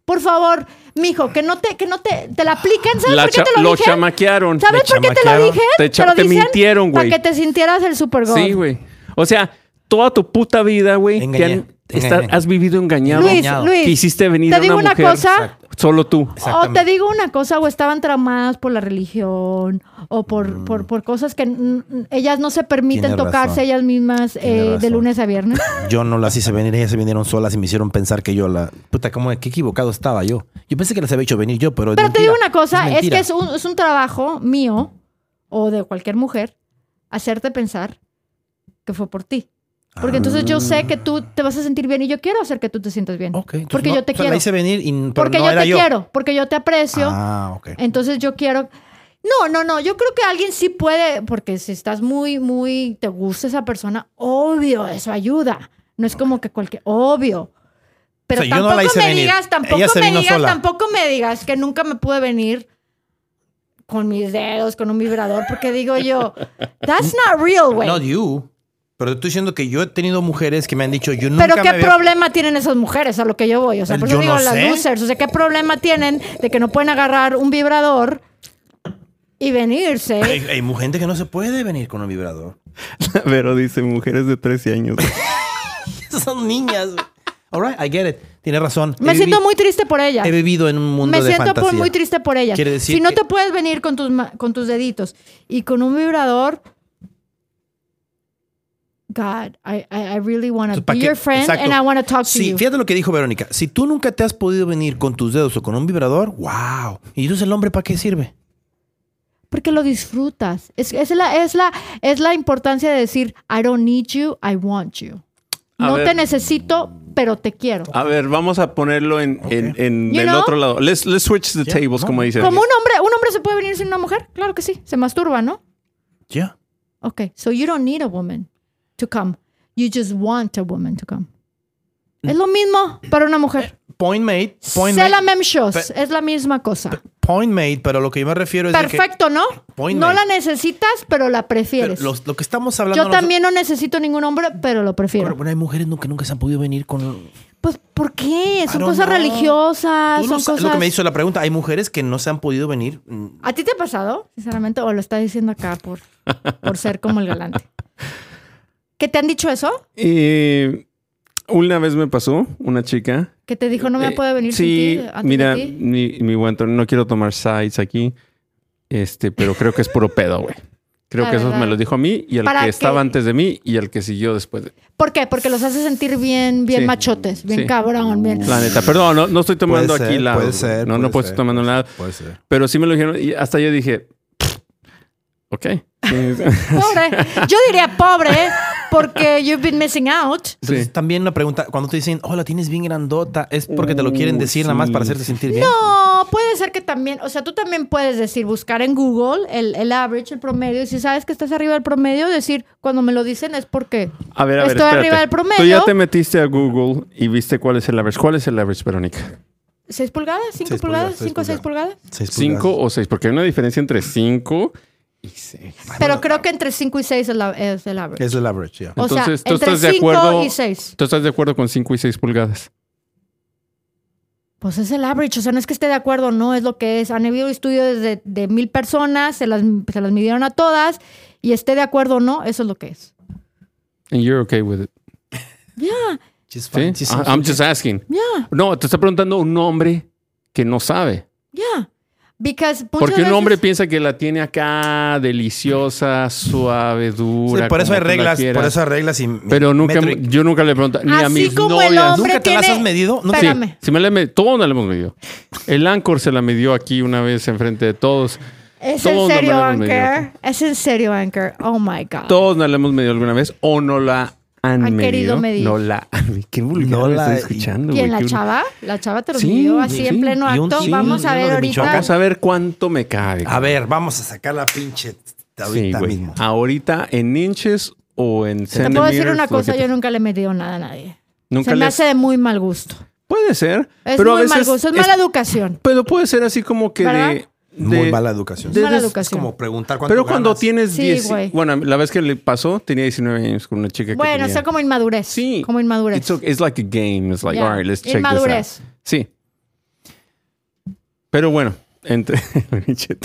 [SPEAKER 2] Por favor, mijo, que no te, que no te, te la apliquen. ¿Sabes
[SPEAKER 1] La
[SPEAKER 2] por qué
[SPEAKER 1] cha-
[SPEAKER 2] te lo,
[SPEAKER 1] lo
[SPEAKER 2] dije?
[SPEAKER 1] chamaquearon.
[SPEAKER 2] ¿Sabes
[SPEAKER 3] Me
[SPEAKER 2] por qué te lo
[SPEAKER 3] chamaquearon.
[SPEAKER 2] dije?
[SPEAKER 1] Te cha-
[SPEAKER 2] lo
[SPEAKER 1] te
[SPEAKER 2] dicen
[SPEAKER 1] mintieron, güey.
[SPEAKER 2] Para que te sintieras el super
[SPEAKER 1] Sí, güey. O sea, toda tu puta vida, güey, te
[SPEAKER 3] Engañé.
[SPEAKER 1] han- está-
[SPEAKER 3] Engañé.
[SPEAKER 1] has vivido engañado.
[SPEAKER 2] Luis,
[SPEAKER 3] Engañado.
[SPEAKER 2] Luis.
[SPEAKER 1] Quisiste venir
[SPEAKER 2] te
[SPEAKER 1] a una
[SPEAKER 2] digo una
[SPEAKER 1] mujer.
[SPEAKER 2] cosa.
[SPEAKER 3] Exacto.
[SPEAKER 1] Solo tú.
[SPEAKER 2] O
[SPEAKER 3] Exactamente.
[SPEAKER 2] te digo una cosa, o estaban tramadas por la religión, o por, por, por cosas que mm, mm, ellas no se permiten
[SPEAKER 3] Tiene
[SPEAKER 2] tocarse
[SPEAKER 3] razón.
[SPEAKER 2] ellas mismas
[SPEAKER 3] Tiene
[SPEAKER 2] eh, de
[SPEAKER 3] razón.
[SPEAKER 2] lunes a
[SPEAKER 3] (laughs)
[SPEAKER 2] viernes.
[SPEAKER 3] Yo no las hice venir, ellas se vinieron solas y me hicieron pensar que yo la... Puta, cómo, qué equivocado estaba yo. Yo pensé que las había hecho venir yo, pero es
[SPEAKER 2] Pero te digo
[SPEAKER 3] mentira.
[SPEAKER 2] una cosa, es,
[SPEAKER 3] mentira.
[SPEAKER 2] que es un, es un trabajo mío o de cualquier mujer hacerte pensar que fue por ti. Porque entonces yo sé que tú te vas a sentir bien y yo quiero hacer que tú te sientas bien.
[SPEAKER 3] Ah. Ok, entonces
[SPEAKER 2] porque
[SPEAKER 3] no-
[SPEAKER 2] yo te
[SPEAKER 3] o sea,
[SPEAKER 2] quiero.
[SPEAKER 3] La hice venir y pero
[SPEAKER 2] Porque
[SPEAKER 3] no
[SPEAKER 2] yo
[SPEAKER 3] era
[SPEAKER 2] te quiero, porque yo te aprecio.
[SPEAKER 3] Ah, ok.
[SPEAKER 2] Entonces yo quiero. No, no, no. Yo creo que alguien sí puede, porque si estás muy, muy, te gusta esa persona, obvio, eso ayuda. No es como que cualquier, obvio. Pero
[SPEAKER 3] O sea, yo no
[SPEAKER 2] tampoco
[SPEAKER 3] la hice
[SPEAKER 2] me
[SPEAKER 3] venir.
[SPEAKER 2] digas, tampoco
[SPEAKER 3] Ella se
[SPEAKER 2] me
[SPEAKER 3] vino
[SPEAKER 2] digas,
[SPEAKER 3] sola.
[SPEAKER 2] tampoco me digas que nunca me pude venir con mis dedos, con un vibrador, porque digo yo, that's not real, güey.
[SPEAKER 3] Not you. Pero estoy diciendo que yo he tenido mujeres que me han dicho, yo nunca
[SPEAKER 2] Pero qué
[SPEAKER 3] me había-
[SPEAKER 2] problema tienen esas mujeres a lo que yo voy. O sea, por eso
[SPEAKER 3] Yo
[SPEAKER 2] digo
[SPEAKER 3] no
[SPEAKER 2] las
[SPEAKER 3] sé.
[SPEAKER 2] losers. O sea, qué problema tienen de que no pueden agarrar un vibrador y venirse.
[SPEAKER 3] Hay, hay mu- gente que no se puede venir con
[SPEAKER 1] (laughs)
[SPEAKER 3] un vibrador.
[SPEAKER 1] Pero dice mujeres de 13 años.
[SPEAKER 3] (laughs) Son niñas. güey. All right, I get it. Tiene razón.
[SPEAKER 2] Me
[SPEAKER 3] He
[SPEAKER 2] siento
[SPEAKER 3] vivi-
[SPEAKER 2] muy triste por ella.
[SPEAKER 3] He vivido en un mundo
[SPEAKER 2] Me
[SPEAKER 3] de
[SPEAKER 2] siento por-
[SPEAKER 3] fantasía.
[SPEAKER 2] muy triste por ella.
[SPEAKER 3] Quiere decir
[SPEAKER 2] si no
[SPEAKER 3] que-
[SPEAKER 2] te puedes venir con tus, ma- con tus deditos y con un vibrador. God, I, I, I really want to
[SPEAKER 3] Entonces, ¿pa'
[SPEAKER 2] be
[SPEAKER 3] qué?
[SPEAKER 2] your friend
[SPEAKER 3] Exacto.
[SPEAKER 2] and I want to talk to
[SPEAKER 3] Sí,
[SPEAKER 2] you.
[SPEAKER 3] fíjate lo que dijo Verónica. Si tú nunca te has podido venir con tus dedos o con un vibrador, wow. ¿Y entonces el hombre para qué sirve?
[SPEAKER 2] Porque lo disfrutas. Es, es, la, es, la, es la importancia de decir, I don't need you, I want you.
[SPEAKER 1] A
[SPEAKER 2] No
[SPEAKER 1] ver.
[SPEAKER 2] te necesito, pero te quiero.
[SPEAKER 3] Ah,
[SPEAKER 1] A ver, vamos a ponerlo en, en, en
[SPEAKER 2] You
[SPEAKER 1] del
[SPEAKER 2] know?
[SPEAKER 1] otro lado. Let's, let's switch the
[SPEAKER 3] Yeah,
[SPEAKER 1] tables,
[SPEAKER 3] no.
[SPEAKER 1] como dicen.
[SPEAKER 2] Como un hombre, un hombre se puede venir sin una mujer, claro que sí. Se masturba, ¿no?
[SPEAKER 3] Ya.
[SPEAKER 2] Ok, so you don't need a woman to come. You just want a woman to come. Es lo mismo para una mujer.
[SPEAKER 3] Point made. Eh, Point
[SPEAKER 2] Sé
[SPEAKER 3] made,
[SPEAKER 2] la mem shows, es la misma cosa.
[SPEAKER 3] point made, pero lo que yo me refiero pues es de que-
[SPEAKER 2] Perfecto, ¿no?
[SPEAKER 3] Point
[SPEAKER 2] No
[SPEAKER 3] made.
[SPEAKER 2] la necesitas, pero la
[SPEAKER 3] pero
[SPEAKER 2] prefieres.
[SPEAKER 3] los- lo que estamos hablando...
[SPEAKER 2] Yo también no necesito ningún hombre, pero lo
[SPEAKER 3] nosotros-
[SPEAKER 2] prefiero.
[SPEAKER 3] Bueno, hay mujeres nu- que nunca se han podido venir con...
[SPEAKER 2] Pues, ¿por qué? Son
[SPEAKER 3] don't
[SPEAKER 2] cosas
[SPEAKER 3] know.
[SPEAKER 2] religiosas,
[SPEAKER 3] Tú no
[SPEAKER 2] Ah, son
[SPEAKER 3] sa-
[SPEAKER 2] cosas...
[SPEAKER 3] Lo que me hizo la pregunta, hay mujeres que no se han podido venir... mm,
[SPEAKER 2] ¿A ti te ha pasado, sinceramente? ¿O lo estás diciendo acá por, por ser como el galante? ¿Que te han dicho eso?
[SPEAKER 1] Y una vez me pasó una chica.
[SPEAKER 2] ¿Que te dijo no me
[SPEAKER 1] eh,
[SPEAKER 2] puede venir
[SPEAKER 1] Sí,
[SPEAKER 2] sin ti? antes de
[SPEAKER 1] mira,
[SPEAKER 2] ti?
[SPEAKER 1] mi, mi guantón, no quiero tomar sides aquí. Este, pero creo que es puro pedo, güey. Creo
[SPEAKER 2] La
[SPEAKER 1] que eso
[SPEAKER 2] verdad.
[SPEAKER 1] me lo dijo a mí y al
[SPEAKER 2] Para
[SPEAKER 1] que
[SPEAKER 2] que-
[SPEAKER 1] estaba antes de mí y al que siguió después de
[SPEAKER 2] ¿Por qué? Porque los hace sentir bien, bien
[SPEAKER 1] Sí.
[SPEAKER 2] machotes, bien
[SPEAKER 1] Sí.
[SPEAKER 2] cabrón, bien...
[SPEAKER 1] La neta, perdón, no, no estoy tomando
[SPEAKER 3] Puede
[SPEAKER 1] aquí
[SPEAKER 3] ser,
[SPEAKER 1] la.
[SPEAKER 3] puede ser,
[SPEAKER 1] No,
[SPEAKER 3] puede
[SPEAKER 1] no puedo
[SPEAKER 3] ser,
[SPEAKER 1] estar tomando nada.
[SPEAKER 3] Puede ser.
[SPEAKER 1] Pero sí me lo dijeron y hasta yo dije, ok. Sí. (laughs)
[SPEAKER 2] Pobre. Yo diría pobre porque you've been missing out.
[SPEAKER 3] Entonces, también una pregunta, cuando te dicen, hola, tienes bien grandota, es porque te lo quieren
[SPEAKER 1] Uh,
[SPEAKER 3] decir nada más
[SPEAKER 1] sí.
[SPEAKER 3] para hacerte sentir bien.
[SPEAKER 2] No, puede ser que también, o sea, tú también puedes decir, buscar en Google el, el average, el promedio, y si sabes que estás arriba del promedio, decir, cuando me lo dicen es porque
[SPEAKER 1] A ver, a ver.
[SPEAKER 2] Estoy
[SPEAKER 1] espérate.
[SPEAKER 2] arriba del
[SPEAKER 1] Tú ya
[SPEAKER 2] promedio.
[SPEAKER 1] te metiste a Google y viste cuál es el average. ¿Cuál es el average, Verónica?
[SPEAKER 2] ¿6 pulgadas? ¿5 pulgadas?
[SPEAKER 3] Seis pulgadas, seis
[SPEAKER 2] 5 o 6 pulgadas.
[SPEAKER 3] Seis
[SPEAKER 1] ¿Cinco
[SPEAKER 3] pulgadas.
[SPEAKER 1] o seis? Porque hay una diferencia entre cinco y seis.
[SPEAKER 2] Pero creo que entre 5 y 6 es, la- es el average.
[SPEAKER 3] Es el average, ya.
[SPEAKER 2] o sea,
[SPEAKER 1] Entonces, ¿tú
[SPEAKER 2] entre
[SPEAKER 1] estás de
[SPEAKER 2] 5
[SPEAKER 1] acuerdo?
[SPEAKER 2] y 6.
[SPEAKER 1] ¿Tú estás de acuerdo con cinco y seis pulgadas?
[SPEAKER 2] Pues es el average, o sea, no es que esté de acuerdo, no es lo que es. Han habido estudios de, de mil personas, se las, se las midieron a todas, y esté de acuerdo o no, eso es lo que es.
[SPEAKER 1] And you're okay with it.
[SPEAKER 3] She's
[SPEAKER 1] ¿Sí?
[SPEAKER 3] fine, she's
[SPEAKER 1] I- I'm just asking.
[SPEAKER 2] Ya,
[SPEAKER 1] No, te está preguntando un hombre que no sabe.
[SPEAKER 2] ya. Because muchas
[SPEAKER 1] Porque un
[SPEAKER 2] veces-
[SPEAKER 1] hombre piensa que la tiene acá deliciosa, suave, dura.
[SPEAKER 3] Sí, por eso
[SPEAKER 1] como
[SPEAKER 3] hay
[SPEAKER 1] tú la
[SPEAKER 3] reglas,
[SPEAKER 1] quieras.
[SPEAKER 3] por eso hay reglas y
[SPEAKER 1] Pero nunca,
[SPEAKER 3] metric.
[SPEAKER 1] yo nunca le pregunto ni a
[SPEAKER 2] Así
[SPEAKER 1] mis
[SPEAKER 2] como el
[SPEAKER 1] novias.
[SPEAKER 2] hombre
[SPEAKER 3] ¿Nunca te las
[SPEAKER 2] tiene-
[SPEAKER 3] has medido? ¿Nunca-
[SPEAKER 1] Sí,
[SPEAKER 2] Espérame.
[SPEAKER 1] sí me la he med- todos nos la hemos medido. El Anchor se la midió aquí una vez enfrente de todos.
[SPEAKER 2] Es
[SPEAKER 1] Todos
[SPEAKER 2] en
[SPEAKER 1] nos
[SPEAKER 2] serio,
[SPEAKER 1] la hemos medido.
[SPEAKER 2] Anchor. Es en serio, Anchor. Oh my God.
[SPEAKER 1] Todos nos la hemos medido alguna vez o no la han,
[SPEAKER 2] Han
[SPEAKER 1] medido.
[SPEAKER 2] querido medir.
[SPEAKER 1] No la han Qué vulgar
[SPEAKER 3] No
[SPEAKER 1] me
[SPEAKER 3] la-
[SPEAKER 1] estoy escuchando.
[SPEAKER 2] ¿Quién?
[SPEAKER 1] güey,
[SPEAKER 2] ¿La
[SPEAKER 1] qué-
[SPEAKER 2] chava? La chava te lo
[SPEAKER 1] Sí,
[SPEAKER 2] pidió así
[SPEAKER 1] sí.
[SPEAKER 2] en pleno
[SPEAKER 3] Y un
[SPEAKER 2] acto.
[SPEAKER 3] sí,
[SPEAKER 2] Vamos a
[SPEAKER 3] lleno
[SPEAKER 2] ver
[SPEAKER 3] de
[SPEAKER 2] ahorita.
[SPEAKER 3] michoacas.
[SPEAKER 1] Vamos a ver cuánto me cabe.
[SPEAKER 3] A ver, vamos a sacar la pinche
[SPEAKER 1] Sí,
[SPEAKER 3] ahorita
[SPEAKER 1] güey. Ah,
[SPEAKER 3] mismo.
[SPEAKER 1] Ahorita en inches o en
[SPEAKER 2] Te puedo decir
[SPEAKER 1] centimeters,
[SPEAKER 2] una
[SPEAKER 1] lo
[SPEAKER 2] cosa,
[SPEAKER 1] que
[SPEAKER 2] yo
[SPEAKER 1] te-
[SPEAKER 2] nunca le he metido nada a nadie.
[SPEAKER 1] Nunca
[SPEAKER 2] Se me
[SPEAKER 1] les-
[SPEAKER 2] hace de muy mal gusto.
[SPEAKER 1] Puede ser,
[SPEAKER 2] Es
[SPEAKER 1] pero
[SPEAKER 2] muy
[SPEAKER 1] a veces
[SPEAKER 2] mal gusto, es mala educación.
[SPEAKER 1] Pero puede ser así como que
[SPEAKER 2] ¿Verdad?
[SPEAKER 1] de,
[SPEAKER 3] Muy
[SPEAKER 1] de-
[SPEAKER 3] mala educación.
[SPEAKER 1] de-
[SPEAKER 2] mala
[SPEAKER 1] de-
[SPEAKER 2] educación.
[SPEAKER 3] Es como preguntar cuánto
[SPEAKER 1] Pero cuando
[SPEAKER 3] ganas.
[SPEAKER 1] tienes
[SPEAKER 2] Sí,
[SPEAKER 1] 10,
[SPEAKER 2] güey.
[SPEAKER 1] bueno, la vez que le pasó tenía 19 años con una chica que
[SPEAKER 2] Bueno, o
[SPEAKER 1] tenía-
[SPEAKER 2] sea, como inmadurez.
[SPEAKER 1] Sí.
[SPEAKER 2] Como inmadurez.
[SPEAKER 1] It's, okay- it's like a game. It's like,
[SPEAKER 2] Ya.
[SPEAKER 1] all right, let's check this
[SPEAKER 2] Inmadurez.
[SPEAKER 1] out. Sí. Pero bueno, entre,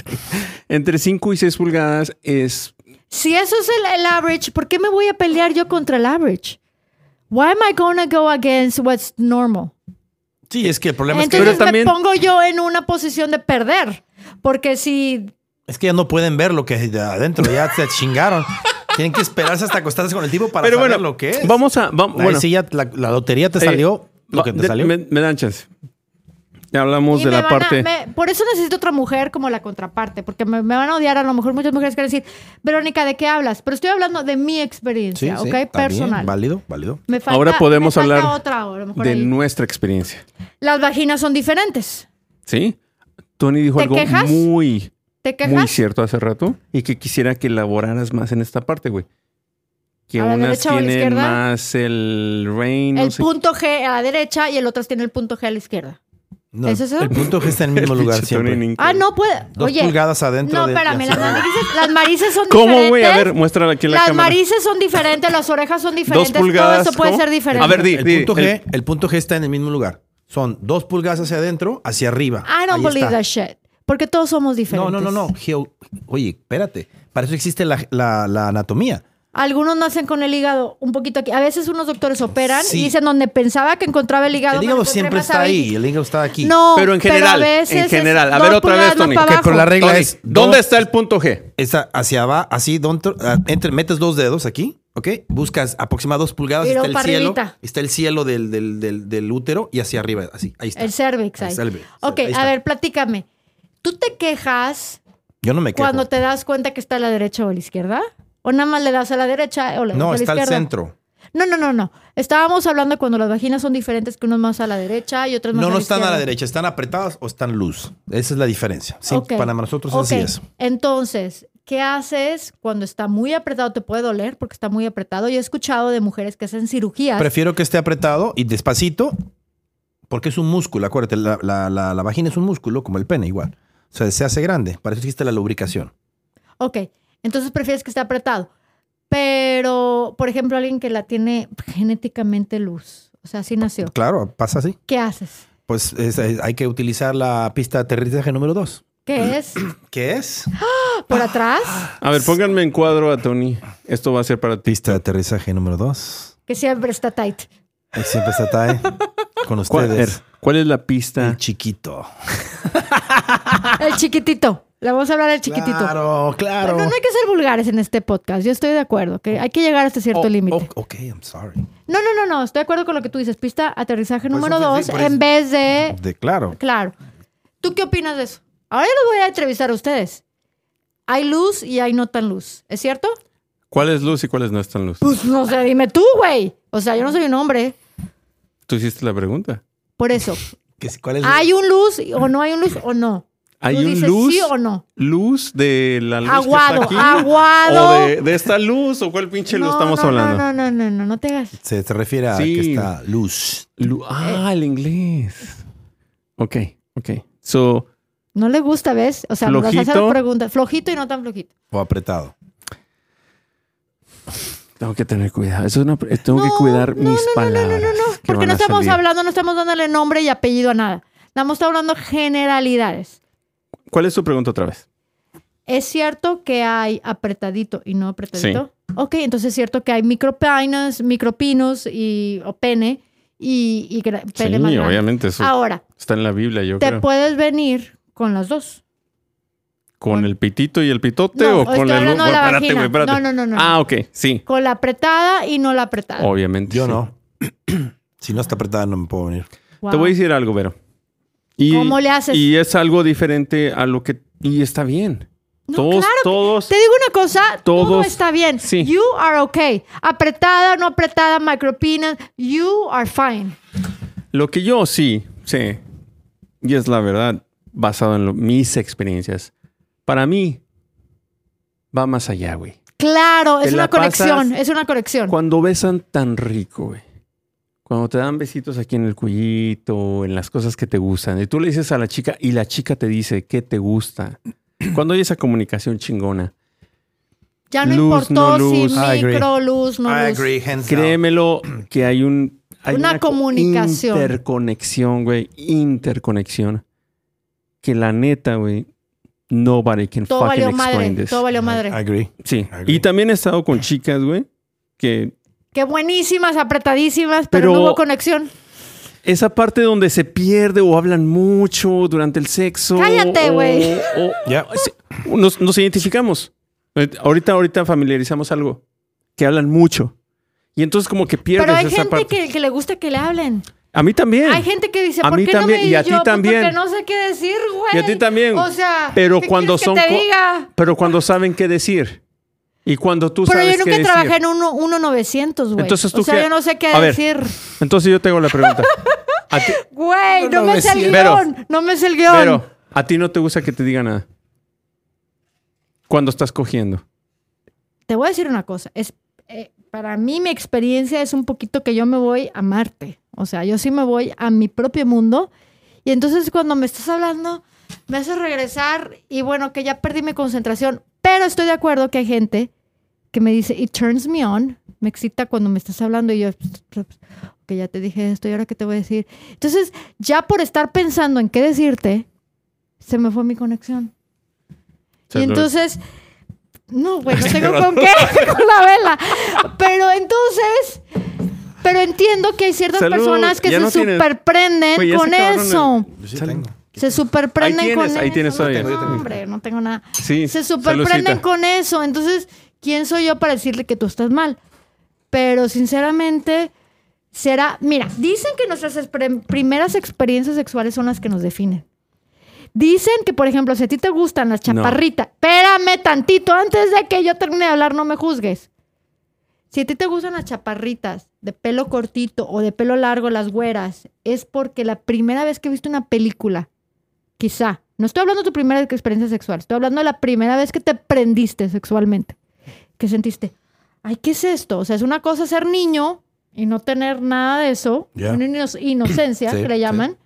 [SPEAKER 1] (laughs) entre 5 y 6 pulgadas es...
[SPEAKER 2] Si eso es el, el average, ¿por qué me voy a pelear yo contra el average? Why am I gonna go against what's normal?
[SPEAKER 3] Sí, es que el problema
[SPEAKER 2] Entonces
[SPEAKER 1] Pero también-
[SPEAKER 2] me pongo yo en una posición de perder. Porque si
[SPEAKER 3] es que es que ya no pueden ver lo que hay de adentro, ya se chingaron.
[SPEAKER 1] (laughs)
[SPEAKER 3] tienen que esperarse hasta acostarse con el tipo para
[SPEAKER 1] Pero
[SPEAKER 3] saber
[SPEAKER 1] bueno,
[SPEAKER 3] lo que es.
[SPEAKER 1] vamos a... Vamos,
[SPEAKER 3] Ahí
[SPEAKER 1] bueno,
[SPEAKER 3] sí ya la, la lotería te
[SPEAKER 1] eh,
[SPEAKER 3] salió lo
[SPEAKER 1] va-
[SPEAKER 3] que te
[SPEAKER 1] de-
[SPEAKER 3] salió.
[SPEAKER 1] Me, me dan chance. Ya hablamos
[SPEAKER 2] Y
[SPEAKER 1] de
[SPEAKER 2] me
[SPEAKER 1] la
[SPEAKER 2] van a-
[SPEAKER 1] parte...
[SPEAKER 2] me- por eso necesito otra mujer como la contraparte, porque me, me van a odiar a lo mejor muchas mujeres que van a decir, Verónica, ¿de qué hablas? Pero estoy hablando de mi
[SPEAKER 3] Sí,
[SPEAKER 2] experiencia,
[SPEAKER 3] sí,
[SPEAKER 2] ¿ok?
[SPEAKER 3] también,
[SPEAKER 2] Personal.
[SPEAKER 3] Válido, válido.
[SPEAKER 2] Me falta-
[SPEAKER 1] Ahora podemos
[SPEAKER 2] me falta
[SPEAKER 1] hablar
[SPEAKER 2] otra, a lo mejor
[SPEAKER 1] de
[SPEAKER 2] ahí.
[SPEAKER 1] nuestra experiencia.
[SPEAKER 2] Las vaginas son diferentes.
[SPEAKER 1] ¿Sí? Tony dijo
[SPEAKER 2] ¿Te
[SPEAKER 1] algo
[SPEAKER 2] quejas?
[SPEAKER 1] muy,
[SPEAKER 2] ¿Te
[SPEAKER 1] muy
[SPEAKER 2] quejas?
[SPEAKER 1] cierto hace rato y que quisiera que elaboraras más en esta parte, güey. Que
[SPEAKER 2] ¿A la
[SPEAKER 1] unas
[SPEAKER 2] derecha o a la
[SPEAKER 1] tienen
[SPEAKER 2] izquierda?
[SPEAKER 1] más el rain,
[SPEAKER 2] el
[SPEAKER 1] (laughs)
[SPEAKER 2] punto G a la derecha y el otro tiene el punto G a la izquierda.
[SPEAKER 3] No,
[SPEAKER 2] ¿Es eso?
[SPEAKER 3] El punto G está en
[SPEAKER 1] (laughs)
[SPEAKER 3] el mismo lugar siempre.
[SPEAKER 2] Ah, no puede.
[SPEAKER 3] Dos
[SPEAKER 2] Oye.
[SPEAKER 3] pulgadas adentro
[SPEAKER 2] No,
[SPEAKER 3] de-
[SPEAKER 2] espérame,
[SPEAKER 3] ya
[SPEAKER 2] las
[SPEAKER 3] saben.
[SPEAKER 2] narices, las marices son
[SPEAKER 1] (laughs) ¿Cómo,
[SPEAKER 2] diferentes.
[SPEAKER 1] güey? A ver, muéstrala aquí en la
[SPEAKER 2] las
[SPEAKER 1] cámara.
[SPEAKER 2] marices son diferentes, las orejas son diferentes,
[SPEAKER 1] pulgadas,
[SPEAKER 2] todo eso puede
[SPEAKER 1] ¿cómo?
[SPEAKER 2] ser diferente.
[SPEAKER 1] A ver, di.
[SPEAKER 3] El punto,
[SPEAKER 1] el-
[SPEAKER 3] G, el punto G está en el mismo lugar. Son dos pulgadas hacia adentro, hacia arriba.
[SPEAKER 1] Ah,
[SPEAKER 2] I don't
[SPEAKER 3] Ahí
[SPEAKER 1] pues,
[SPEAKER 2] believe
[SPEAKER 3] está.
[SPEAKER 2] that shit. Porque todos somos
[SPEAKER 3] No,
[SPEAKER 2] diferentes.
[SPEAKER 3] no, no, no. Geo- Oye, espérate. Para eso existe la, la- la anatomía.
[SPEAKER 2] Algunos nacen con el hígado un poquito aquí. A veces unos doctores operan
[SPEAKER 3] Sí.
[SPEAKER 2] y dicen donde pensaba que encontraba el hígado.
[SPEAKER 3] el
[SPEAKER 2] me
[SPEAKER 3] hígado
[SPEAKER 2] encontré
[SPEAKER 3] siempre
[SPEAKER 2] más
[SPEAKER 3] está
[SPEAKER 2] abajito".
[SPEAKER 3] ahí. El hígado está aquí.
[SPEAKER 2] No,
[SPEAKER 1] Pero en general,
[SPEAKER 2] a veces
[SPEAKER 1] en
[SPEAKER 2] es
[SPEAKER 1] general. A
[SPEAKER 2] dos
[SPEAKER 1] ver, otra vez,
[SPEAKER 2] pulgadas más
[SPEAKER 1] Tony.
[SPEAKER 2] para
[SPEAKER 1] Ok,
[SPEAKER 3] pero la
[SPEAKER 2] abajo.
[SPEAKER 3] regla
[SPEAKER 1] Tony,
[SPEAKER 3] es
[SPEAKER 1] ¿Dónde
[SPEAKER 3] dos-
[SPEAKER 1] está el punto G?
[SPEAKER 3] Está hacia abajo, así, dentro- ah, entre- metes dos dedos aquí, ¿ok? Buscas aproximadamente dos pulgadas,
[SPEAKER 2] Y
[SPEAKER 3] está
[SPEAKER 2] luego
[SPEAKER 3] el
[SPEAKER 2] para
[SPEAKER 3] cielo,
[SPEAKER 2] arribita.
[SPEAKER 3] está el cielo del, del- del- del útero y hacia arriba, así, ahí está.
[SPEAKER 2] El cervix
[SPEAKER 3] El
[SPEAKER 2] ahí.
[SPEAKER 3] cervix,
[SPEAKER 2] ok,
[SPEAKER 3] ahí está.
[SPEAKER 2] a ver, platícame. ¿Tú te quejas
[SPEAKER 3] Yo no me quejo.
[SPEAKER 2] cuando te das cuenta que está a la derecha o a la izquierda? ¿O nada más le das a la derecha o le das a
[SPEAKER 3] No,
[SPEAKER 2] la
[SPEAKER 3] está
[SPEAKER 2] izquierda?
[SPEAKER 3] al centro.
[SPEAKER 2] No, no, no, no. Estábamos hablando cuando las vaginas son diferentes, que unos más a la derecha y otros más
[SPEAKER 3] No,
[SPEAKER 2] a la
[SPEAKER 3] no están a la
[SPEAKER 2] izquierda.
[SPEAKER 3] derecha, están apretadas o están luz. Esa es la diferencia. Sí,
[SPEAKER 2] Ok.
[SPEAKER 3] Para nosotros
[SPEAKER 2] Ok.
[SPEAKER 3] así es.
[SPEAKER 2] Entonces, ¿Qué haces cuando está muy apretado? Te puede doler porque está muy apretado. Yo he escuchado de mujeres que hacen cirugías.
[SPEAKER 3] Prefiero que esté apretado y despacito, porque es un músculo. Acuérdate, la, la- la- la vagina es un músculo, como el pene, igual. O sea, se hace grande. Para eso existe la lubricación.
[SPEAKER 2] Ok, entonces prefieres que esté apretado. Pero, por ejemplo, alguien que la tiene genéticamente luz, o sea, así nació.
[SPEAKER 3] Claro, pasa así.
[SPEAKER 2] ¿Qué haces?
[SPEAKER 3] Pues es- es- hay que utilizar la pista de aterrizaje número 2.
[SPEAKER 2] ¿Qué
[SPEAKER 3] (coughs)
[SPEAKER 2] es?
[SPEAKER 3] ¿Qué es?
[SPEAKER 2] ¿Por atrás?
[SPEAKER 1] A ver, pónganme en cuadro a Tony. Esto va a ser para ti.
[SPEAKER 3] Pista de aterrizaje número 2.
[SPEAKER 2] Que siempre está tight.
[SPEAKER 3] Siempre está TAE (laughs) con
[SPEAKER 1] ¿Cuál,
[SPEAKER 3] ustedes.
[SPEAKER 1] cuál es la
[SPEAKER 3] El
[SPEAKER 1] pista?
[SPEAKER 3] chiquito.
[SPEAKER 2] El chiquitito. Le vamos a hablar del chiquitito.
[SPEAKER 3] Claro,
[SPEAKER 2] No,
[SPEAKER 3] claro.
[SPEAKER 2] no hay que ser vulgares en este podcast. Yo estoy de acuerdo, que hay que llegar hasta cierto
[SPEAKER 3] Oh,
[SPEAKER 2] límite.
[SPEAKER 3] oh, ok, I'm sorry.
[SPEAKER 2] No, no, no, no. Estoy de acuerdo con lo que tú dices. Pista aterrizaje
[SPEAKER 3] Por
[SPEAKER 2] número
[SPEAKER 3] eso te-
[SPEAKER 2] dos
[SPEAKER 3] Pues sí, por
[SPEAKER 2] en
[SPEAKER 3] eso-
[SPEAKER 2] vez de.
[SPEAKER 3] De claro.
[SPEAKER 2] Claro. ¿Tú qué opinas de eso? Ahora yo los voy a entrevistar a ustedes. Hay luz y hay no tan luz. ¿Es cierto?
[SPEAKER 1] ¿Cuál es luz y cuáles no están luz?
[SPEAKER 2] Pues no sé, dime tú, güey. O sea, yo no soy un hombre.
[SPEAKER 1] Tú hiciste la pregunta.
[SPEAKER 2] Por
[SPEAKER 3] (laughs)
[SPEAKER 2] eso,
[SPEAKER 3] Que si- ¿Cuál es
[SPEAKER 2] ¿hay un luz o no hay un luz o no?
[SPEAKER 1] ¿Hay
[SPEAKER 2] ¿Tú
[SPEAKER 1] un
[SPEAKER 2] dices
[SPEAKER 1] luz?
[SPEAKER 2] sí o no?
[SPEAKER 1] ¿Luz de la luz
[SPEAKER 2] Aguado,
[SPEAKER 1] que está aquí?
[SPEAKER 2] aguado.
[SPEAKER 1] ¿O de, de esta luz? ¿O cuál pinche luz
[SPEAKER 2] no,
[SPEAKER 1] estamos
[SPEAKER 2] no,
[SPEAKER 1] hablando?
[SPEAKER 2] No, no, no, no, no, no te hagas.
[SPEAKER 3] Se, se refiere a
[SPEAKER 1] Sí.
[SPEAKER 3] que está luz.
[SPEAKER 1] Lu-
[SPEAKER 2] Eh.
[SPEAKER 1] ah, el inglés. Ok, ok. So,
[SPEAKER 2] No le gusta, ¿ves? O sea, nos hace
[SPEAKER 1] Flojito.
[SPEAKER 2] la pregunta. Flojito y no tan flojito.
[SPEAKER 3] O apretado.
[SPEAKER 1] tengo que tener cuidado. Eso es una, pre- tengo que
[SPEAKER 2] No,
[SPEAKER 1] cuidar
[SPEAKER 2] no,
[SPEAKER 1] mis
[SPEAKER 2] no, no, no,
[SPEAKER 1] palabras.
[SPEAKER 2] No, no, no,
[SPEAKER 1] que
[SPEAKER 2] porque
[SPEAKER 1] van
[SPEAKER 2] no
[SPEAKER 1] a
[SPEAKER 2] estamos
[SPEAKER 1] salir.
[SPEAKER 2] hablando, no estamos dándole nombre y apellido a nada. Estamos hablando generalidades.
[SPEAKER 1] ¿Cuál es tu pregunta otra vez?
[SPEAKER 2] ¿Es cierto que hay apretadito y no apretadito? Ok, entonces es cierto que hay micropinas, micropinos y, o pene y, y gra- pene más
[SPEAKER 1] sí,
[SPEAKER 2] grande.
[SPEAKER 1] obviamente. Eso
[SPEAKER 2] Ahora,
[SPEAKER 1] está en la Biblia, yo
[SPEAKER 2] te
[SPEAKER 1] creo.
[SPEAKER 2] puedes venir con las dos.
[SPEAKER 1] ¿Con el pitito y el pitote
[SPEAKER 2] No,
[SPEAKER 1] o con
[SPEAKER 2] estoy
[SPEAKER 1] la luz?
[SPEAKER 2] hablando de la
[SPEAKER 1] Espérate,
[SPEAKER 2] vagina.
[SPEAKER 1] güey, espérate.
[SPEAKER 2] No, no, no, no.
[SPEAKER 1] Ah, Oh, ok. Sí,
[SPEAKER 2] Con la apretada y no la apretada.
[SPEAKER 1] obviamente.
[SPEAKER 3] Yo
[SPEAKER 1] sí.
[SPEAKER 3] no. si no (clears throat) está apretada, no me puedo venir.
[SPEAKER 2] Wow.
[SPEAKER 1] Te voy a decir algo, Vero. Y,
[SPEAKER 2] ¿Cómo le haces?
[SPEAKER 1] Y es algo diferente a lo que... Y está bien.
[SPEAKER 2] No,
[SPEAKER 1] todos,
[SPEAKER 2] claro que-
[SPEAKER 1] todos...
[SPEAKER 2] Te digo una cosa, todo
[SPEAKER 1] Todos-
[SPEAKER 2] está bien.
[SPEAKER 1] sí.
[SPEAKER 2] You are okay. Apretada, no apretada, micropenis, you are fine.
[SPEAKER 1] Lo que yo sí sé, y es la verdad, basado en lo- mis experiencias, para mí va más allá, güey.
[SPEAKER 2] Claro,
[SPEAKER 1] Te
[SPEAKER 2] es
[SPEAKER 1] la
[SPEAKER 2] una conexión,
[SPEAKER 1] pasas
[SPEAKER 2] es una conexión.
[SPEAKER 1] Cuando besan tan rico, güey. Cuando te dan besitos aquí en el cuellito, en las cosas que te gustan, y tú le dices a la chica y la chica te dice qué te
[SPEAKER 2] (clears throat)
[SPEAKER 1] gusta. Cuando hay esa comunicación chingona,
[SPEAKER 2] Ya no
[SPEAKER 1] Luz,
[SPEAKER 2] importó
[SPEAKER 1] no luz.
[SPEAKER 3] I
[SPEAKER 2] si
[SPEAKER 3] agree.
[SPEAKER 2] micro luz, no luz.
[SPEAKER 3] hands
[SPEAKER 1] créemelo que hay un hay
[SPEAKER 2] Una
[SPEAKER 1] co-
[SPEAKER 2] comunicación.
[SPEAKER 1] interconexión, güey, interconexión que la neta, güey, nobody can
[SPEAKER 2] Todo
[SPEAKER 1] fucking
[SPEAKER 2] valió
[SPEAKER 1] explain
[SPEAKER 2] madre,
[SPEAKER 1] this.
[SPEAKER 2] todo valió madre.
[SPEAKER 3] agree.
[SPEAKER 1] Sí.
[SPEAKER 3] Agree.
[SPEAKER 1] Y también he estado con chicas, güey, que
[SPEAKER 2] Qué buenísimas, apretadísimas, pero,
[SPEAKER 1] Pero-
[SPEAKER 2] no hubo conexión.
[SPEAKER 1] esa parte donde se pierde o hablan mucho durante el sexo.
[SPEAKER 2] Cállate,
[SPEAKER 1] o-
[SPEAKER 2] güey.
[SPEAKER 1] o-
[SPEAKER 3] Ya.
[SPEAKER 1] sí, nos, nos identificamos. Eh, Ahorita, ahorita familiarizamos algo. Que hablan mucho. Y entonces como que pierdes
[SPEAKER 2] Pero hay
[SPEAKER 1] esa
[SPEAKER 2] gente
[SPEAKER 1] parte.
[SPEAKER 2] que, que le gusta que le hablen.
[SPEAKER 1] A mí también.
[SPEAKER 2] Hay gente que dice,
[SPEAKER 1] A
[SPEAKER 2] ¿por
[SPEAKER 1] mí
[SPEAKER 2] qué
[SPEAKER 1] también,
[SPEAKER 2] no me
[SPEAKER 1] y a
[SPEAKER 2] di
[SPEAKER 1] ti
[SPEAKER 2] yo? Pues
[SPEAKER 1] también.
[SPEAKER 2] Porque no sé qué decir, güey.
[SPEAKER 1] Y a ti también.
[SPEAKER 2] O sea,
[SPEAKER 1] pero
[SPEAKER 2] ¿qué
[SPEAKER 1] cuando
[SPEAKER 2] quieres
[SPEAKER 1] son
[SPEAKER 2] que te
[SPEAKER 1] co-
[SPEAKER 2] diga?
[SPEAKER 1] pero cuando saben qué decir. Y cuando tú
[SPEAKER 2] Pero
[SPEAKER 1] sabes
[SPEAKER 2] yo nunca
[SPEAKER 1] qué
[SPEAKER 2] trabajé
[SPEAKER 1] decir.
[SPEAKER 2] en uno, uno 900, güey.
[SPEAKER 1] Entonces tú
[SPEAKER 2] o sea,
[SPEAKER 1] qué-
[SPEAKER 2] yo no sé qué
[SPEAKER 1] A ver.
[SPEAKER 2] decir.
[SPEAKER 1] Entonces yo tengo la
[SPEAKER 2] (laughs)
[SPEAKER 1] pregunta. A ti,
[SPEAKER 2] Güey, no,
[SPEAKER 3] Uno
[SPEAKER 2] me sé el
[SPEAKER 3] 900.
[SPEAKER 2] guión. no me sé el guión.
[SPEAKER 1] pero a ti no te gusta que te diga nada. Cuando estás cogiendo.
[SPEAKER 2] Te voy a decir una cosa. Es, eh, para mí, mi experiencia es un poquito que yo me voy a Marte. O sea, yo sí me voy a mi propio mundo. Y entonces, cuando me estás hablando, me haces regresar. Y bueno, que ya perdí mi concentración. Pero estoy de acuerdo que hay gente que me dice, it turns me on. Me excita cuando me estás hablando. Y yo, que ya te dije esto. ¿Y ahora qué te voy a decir? Entonces, ya por estar pensando en qué decirte, se me fue mi conexión. Y
[SPEAKER 1] Salud.
[SPEAKER 2] entonces,
[SPEAKER 1] (laughs)
[SPEAKER 2] no, güey, no tengo con qué, (laughs) con la vela. Pero entonces, pero entiendo que hay ciertas
[SPEAKER 1] Salud,
[SPEAKER 2] personas que
[SPEAKER 1] ya
[SPEAKER 2] se
[SPEAKER 1] no tienes.
[SPEAKER 2] superprenden
[SPEAKER 1] Güey, ya se
[SPEAKER 2] con
[SPEAKER 1] acabaron el-
[SPEAKER 2] eso.
[SPEAKER 3] Sí
[SPEAKER 1] Salud.
[SPEAKER 3] tengo.
[SPEAKER 2] Se superprenden
[SPEAKER 1] Ahí
[SPEAKER 2] con
[SPEAKER 1] tienes, ahí
[SPEAKER 2] eso.
[SPEAKER 1] tienes
[SPEAKER 2] no,
[SPEAKER 1] todavía.
[SPEAKER 2] tengo,
[SPEAKER 3] Yo tengo.
[SPEAKER 2] hombre, no tengo nada.
[SPEAKER 1] Sí.
[SPEAKER 2] Se superprenden
[SPEAKER 1] saludcita.
[SPEAKER 2] con eso. Entonces, ¿quién soy yo para decirle que tú estás mal? Pero sinceramente, será. Mira, dicen que nuestras expre- primeras experiencias sexuales son las que nos definen. Dicen que, por ejemplo, si a ti te gustan las
[SPEAKER 1] No.
[SPEAKER 2] chaparritas, espérame tantito, antes de que yo termine de hablar, no me juzgues. Si a ti te gustan las chaparritas de pelo cortito o de pelo largo, las güeras, es porque la primera vez que viste una película, quizá, No estoy hablando de tu primera experiencia sexual, estoy hablando de la primera vez que te prendiste sexualmente. Que sentiste, ay, ¿qué es esto? O sea, es una cosa ser niño y no tener nada de eso,
[SPEAKER 3] Ya.
[SPEAKER 2] una ino- inocencia
[SPEAKER 3] (clears throat) Sí,
[SPEAKER 2] que le
[SPEAKER 3] sí.
[SPEAKER 2] llaman.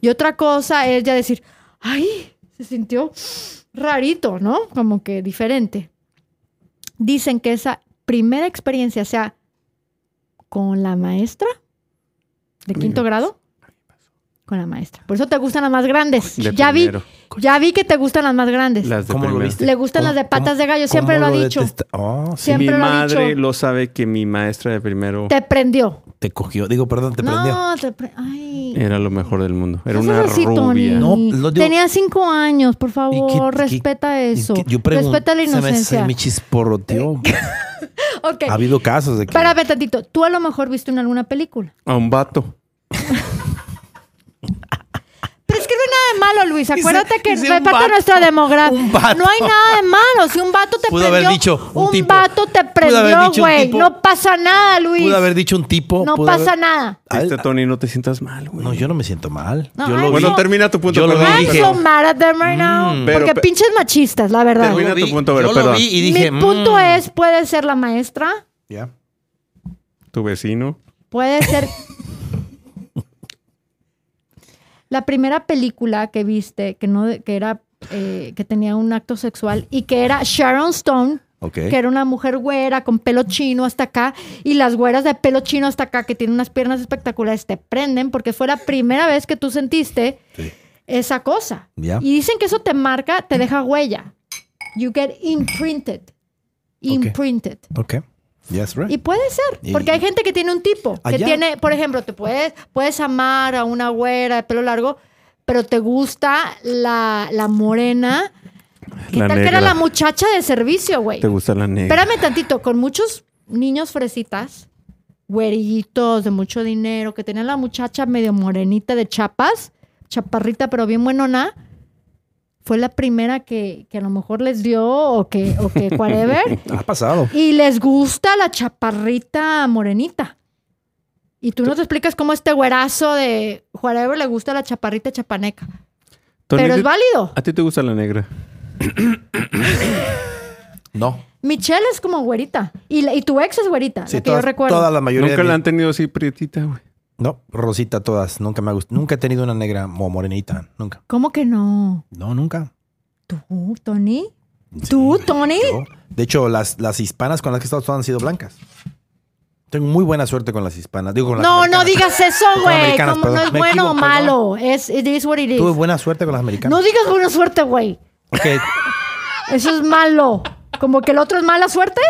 [SPEAKER 2] Y otra cosa es ya decir, ay, se sintió rarito, ¿no? Como que diferente. Dicen que esa primera experiencia sea con la maestra de
[SPEAKER 1] mí me
[SPEAKER 2] quinto grado. Con la maestra. Por eso te gustan las más grandes.
[SPEAKER 1] De
[SPEAKER 2] ya vi,
[SPEAKER 1] primero.
[SPEAKER 2] ya vi que te gustan las más grandes.
[SPEAKER 1] Las de
[SPEAKER 3] ¿Cómo lo
[SPEAKER 1] primero.
[SPEAKER 3] viste?
[SPEAKER 2] Le gustan las
[SPEAKER 3] ¿Cómo-
[SPEAKER 2] de patas
[SPEAKER 3] cómo-
[SPEAKER 2] de gallo, siempre lo
[SPEAKER 3] cómo
[SPEAKER 2] ha dicho.
[SPEAKER 3] detesta- Oh, sí.
[SPEAKER 2] Siempre
[SPEAKER 1] mi
[SPEAKER 2] lo ha
[SPEAKER 1] madre
[SPEAKER 2] dicho.
[SPEAKER 1] lo sabe que mi maestra de primero
[SPEAKER 2] Te prendió.
[SPEAKER 3] Te cogió. Digo, perdón, te prendió.
[SPEAKER 2] No, te pre- Ay.
[SPEAKER 1] era lo mejor del mundo. Era
[SPEAKER 2] No
[SPEAKER 1] una
[SPEAKER 2] seas así,
[SPEAKER 1] rubia.
[SPEAKER 2] Tony.
[SPEAKER 3] No, lo digo-
[SPEAKER 2] Tenía cinco años, por favor,
[SPEAKER 3] qué-
[SPEAKER 2] respeta
[SPEAKER 3] Y
[SPEAKER 2] eso.
[SPEAKER 3] que Yo pregunto,
[SPEAKER 2] respeta la
[SPEAKER 3] se me- Se
[SPEAKER 2] inocencia.
[SPEAKER 3] me chisporroteó.
[SPEAKER 2] Ok,
[SPEAKER 3] Ha habido casos de que...
[SPEAKER 2] espérame tantito. Tú a lo mejor viste en alguna película.
[SPEAKER 1] A un vato.
[SPEAKER 2] Pero es que no hay nada de malo, Luis. Acuérdate que
[SPEAKER 3] hice un
[SPEAKER 2] reparte
[SPEAKER 3] vato.
[SPEAKER 2] nuestra demografía.
[SPEAKER 3] Un vato.
[SPEAKER 2] No hay nada de malo. Si un vato te
[SPEAKER 3] Pudo haber
[SPEAKER 2] prendió,
[SPEAKER 3] dicho un
[SPEAKER 2] un,
[SPEAKER 3] tipo.
[SPEAKER 2] vato te
[SPEAKER 3] Pudo haber
[SPEAKER 2] prendió,
[SPEAKER 3] dicho un
[SPEAKER 2] güey.
[SPEAKER 3] tipo.
[SPEAKER 2] No pasa nada, Luis.
[SPEAKER 3] Pudo haber dicho un tipo.
[SPEAKER 2] no
[SPEAKER 3] pudo
[SPEAKER 2] pasa
[SPEAKER 3] haber-
[SPEAKER 2] nada.
[SPEAKER 3] Ay,
[SPEAKER 1] Viste,
[SPEAKER 3] ah,
[SPEAKER 1] Este, Tony, no te sientas mal, güey.
[SPEAKER 3] No, yo no me siento mal.
[SPEAKER 2] No,
[SPEAKER 3] yo
[SPEAKER 2] ay,
[SPEAKER 1] Bueno,
[SPEAKER 2] no.
[SPEAKER 1] termina tu punto.
[SPEAKER 3] Yo lo
[SPEAKER 1] perdón.
[SPEAKER 3] vi.
[SPEAKER 2] I'm
[SPEAKER 3] dije- "Mm,
[SPEAKER 2] so mad at them right now.
[SPEAKER 1] Pero-
[SPEAKER 2] Porque
[SPEAKER 1] pe-
[SPEAKER 2] pinches machistas, la verdad.
[SPEAKER 1] Termina
[SPEAKER 3] Yo lo
[SPEAKER 1] tu
[SPEAKER 3] vi,
[SPEAKER 1] punto, pero
[SPEAKER 3] yo lo
[SPEAKER 1] perdón.
[SPEAKER 3] vi y dije...
[SPEAKER 2] Mi punto
[SPEAKER 3] mm.
[SPEAKER 2] es, puede ser la maestra,
[SPEAKER 3] Ya.
[SPEAKER 1] Tu vecino.
[SPEAKER 2] puede
[SPEAKER 3] (laughs)
[SPEAKER 2] ser... la primera película que viste, que, no, que, era, eh, que tenía un acto sexual y que era Sharon Stone,
[SPEAKER 3] Ok.
[SPEAKER 2] que era una mujer güera con pelo chino hasta acá y las güeras de pelo chino hasta acá que tienen unas piernas espectaculares te prenden porque fue la primera vez que tú sentiste
[SPEAKER 3] Sí.
[SPEAKER 2] esa cosa.
[SPEAKER 3] Ya.
[SPEAKER 2] Y dicen que eso te marca, te deja huella. You get imprinted. Imprinted.
[SPEAKER 3] Ok. Yes, right.
[SPEAKER 2] Y puede ser,
[SPEAKER 3] Y-
[SPEAKER 2] porque hay gente que tiene un tipo, que
[SPEAKER 3] Allá-
[SPEAKER 2] tiene, por ejemplo, te puedes, puedes amar a una güera de pelo largo, pero te gusta la, la morena. ¿Qué
[SPEAKER 1] La
[SPEAKER 2] tal que
[SPEAKER 1] negra.
[SPEAKER 2] era la muchacha de servicio, güey?
[SPEAKER 1] Te gusta la negra.
[SPEAKER 2] Espérame tantito, con muchos niños fresitas, güerillitos de mucho dinero, que tenían la muchacha medio morenita de chapas, chaparrita pero bien buenona, fue la primera que, que a lo mejor les dio o que,
[SPEAKER 1] (laughs)
[SPEAKER 2] o que whatever,
[SPEAKER 3] Ha pasado.
[SPEAKER 2] y les gusta la chaparrita morenita. Y tú no te explicas cómo este güerazo de whatever le gusta la chaparrita chapaneca.
[SPEAKER 1] Tony,
[SPEAKER 2] pero
[SPEAKER 1] ¿a
[SPEAKER 2] es
[SPEAKER 1] ti-
[SPEAKER 2] válido.
[SPEAKER 1] ¿A ti te gusta la negra?
[SPEAKER 3] No.
[SPEAKER 2] Michelle es como güerita. Y, la- y tu ex es güerita,
[SPEAKER 3] Sí,
[SPEAKER 2] la que yo
[SPEAKER 3] todas-
[SPEAKER 2] recuerdo.
[SPEAKER 3] Toda la mayoría
[SPEAKER 1] Nunca
[SPEAKER 3] de
[SPEAKER 1] la
[SPEAKER 3] mis-
[SPEAKER 1] han tenido así prietita, güey.
[SPEAKER 3] No, Rosita todas. Nunca me ha gustado. Nunca he tenido una negra o morenita. Nunca.
[SPEAKER 2] ¿Cómo que no?
[SPEAKER 3] No, nunca.
[SPEAKER 2] ¿Tú, Tony? ¿Tú, Tony?
[SPEAKER 3] Yo- De hecho, las, las hispanas con las que he estado todas han sido blancas. Tengo muy buena suerte con las hispanas. Digo, con las
[SPEAKER 2] No, no
[SPEAKER 3] americanas.
[SPEAKER 2] digas eso,
[SPEAKER 3] Son
[SPEAKER 2] güey.
[SPEAKER 3] americanas,
[SPEAKER 2] Como No
[SPEAKER 3] perdón.
[SPEAKER 2] es
[SPEAKER 3] Me
[SPEAKER 2] bueno o
[SPEAKER 3] equivoco,
[SPEAKER 2] malo. Es, it is what it is.
[SPEAKER 3] Tuve buena suerte con las
[SPEAKER 2] No
[SPEAKER 3] americanas.
[SPEAKER 2] digas buena suerte, güey.
[SPEAKER 3] Ok.
[SPEAKER 2] Eso es malo. Como que el otro es mala suerte.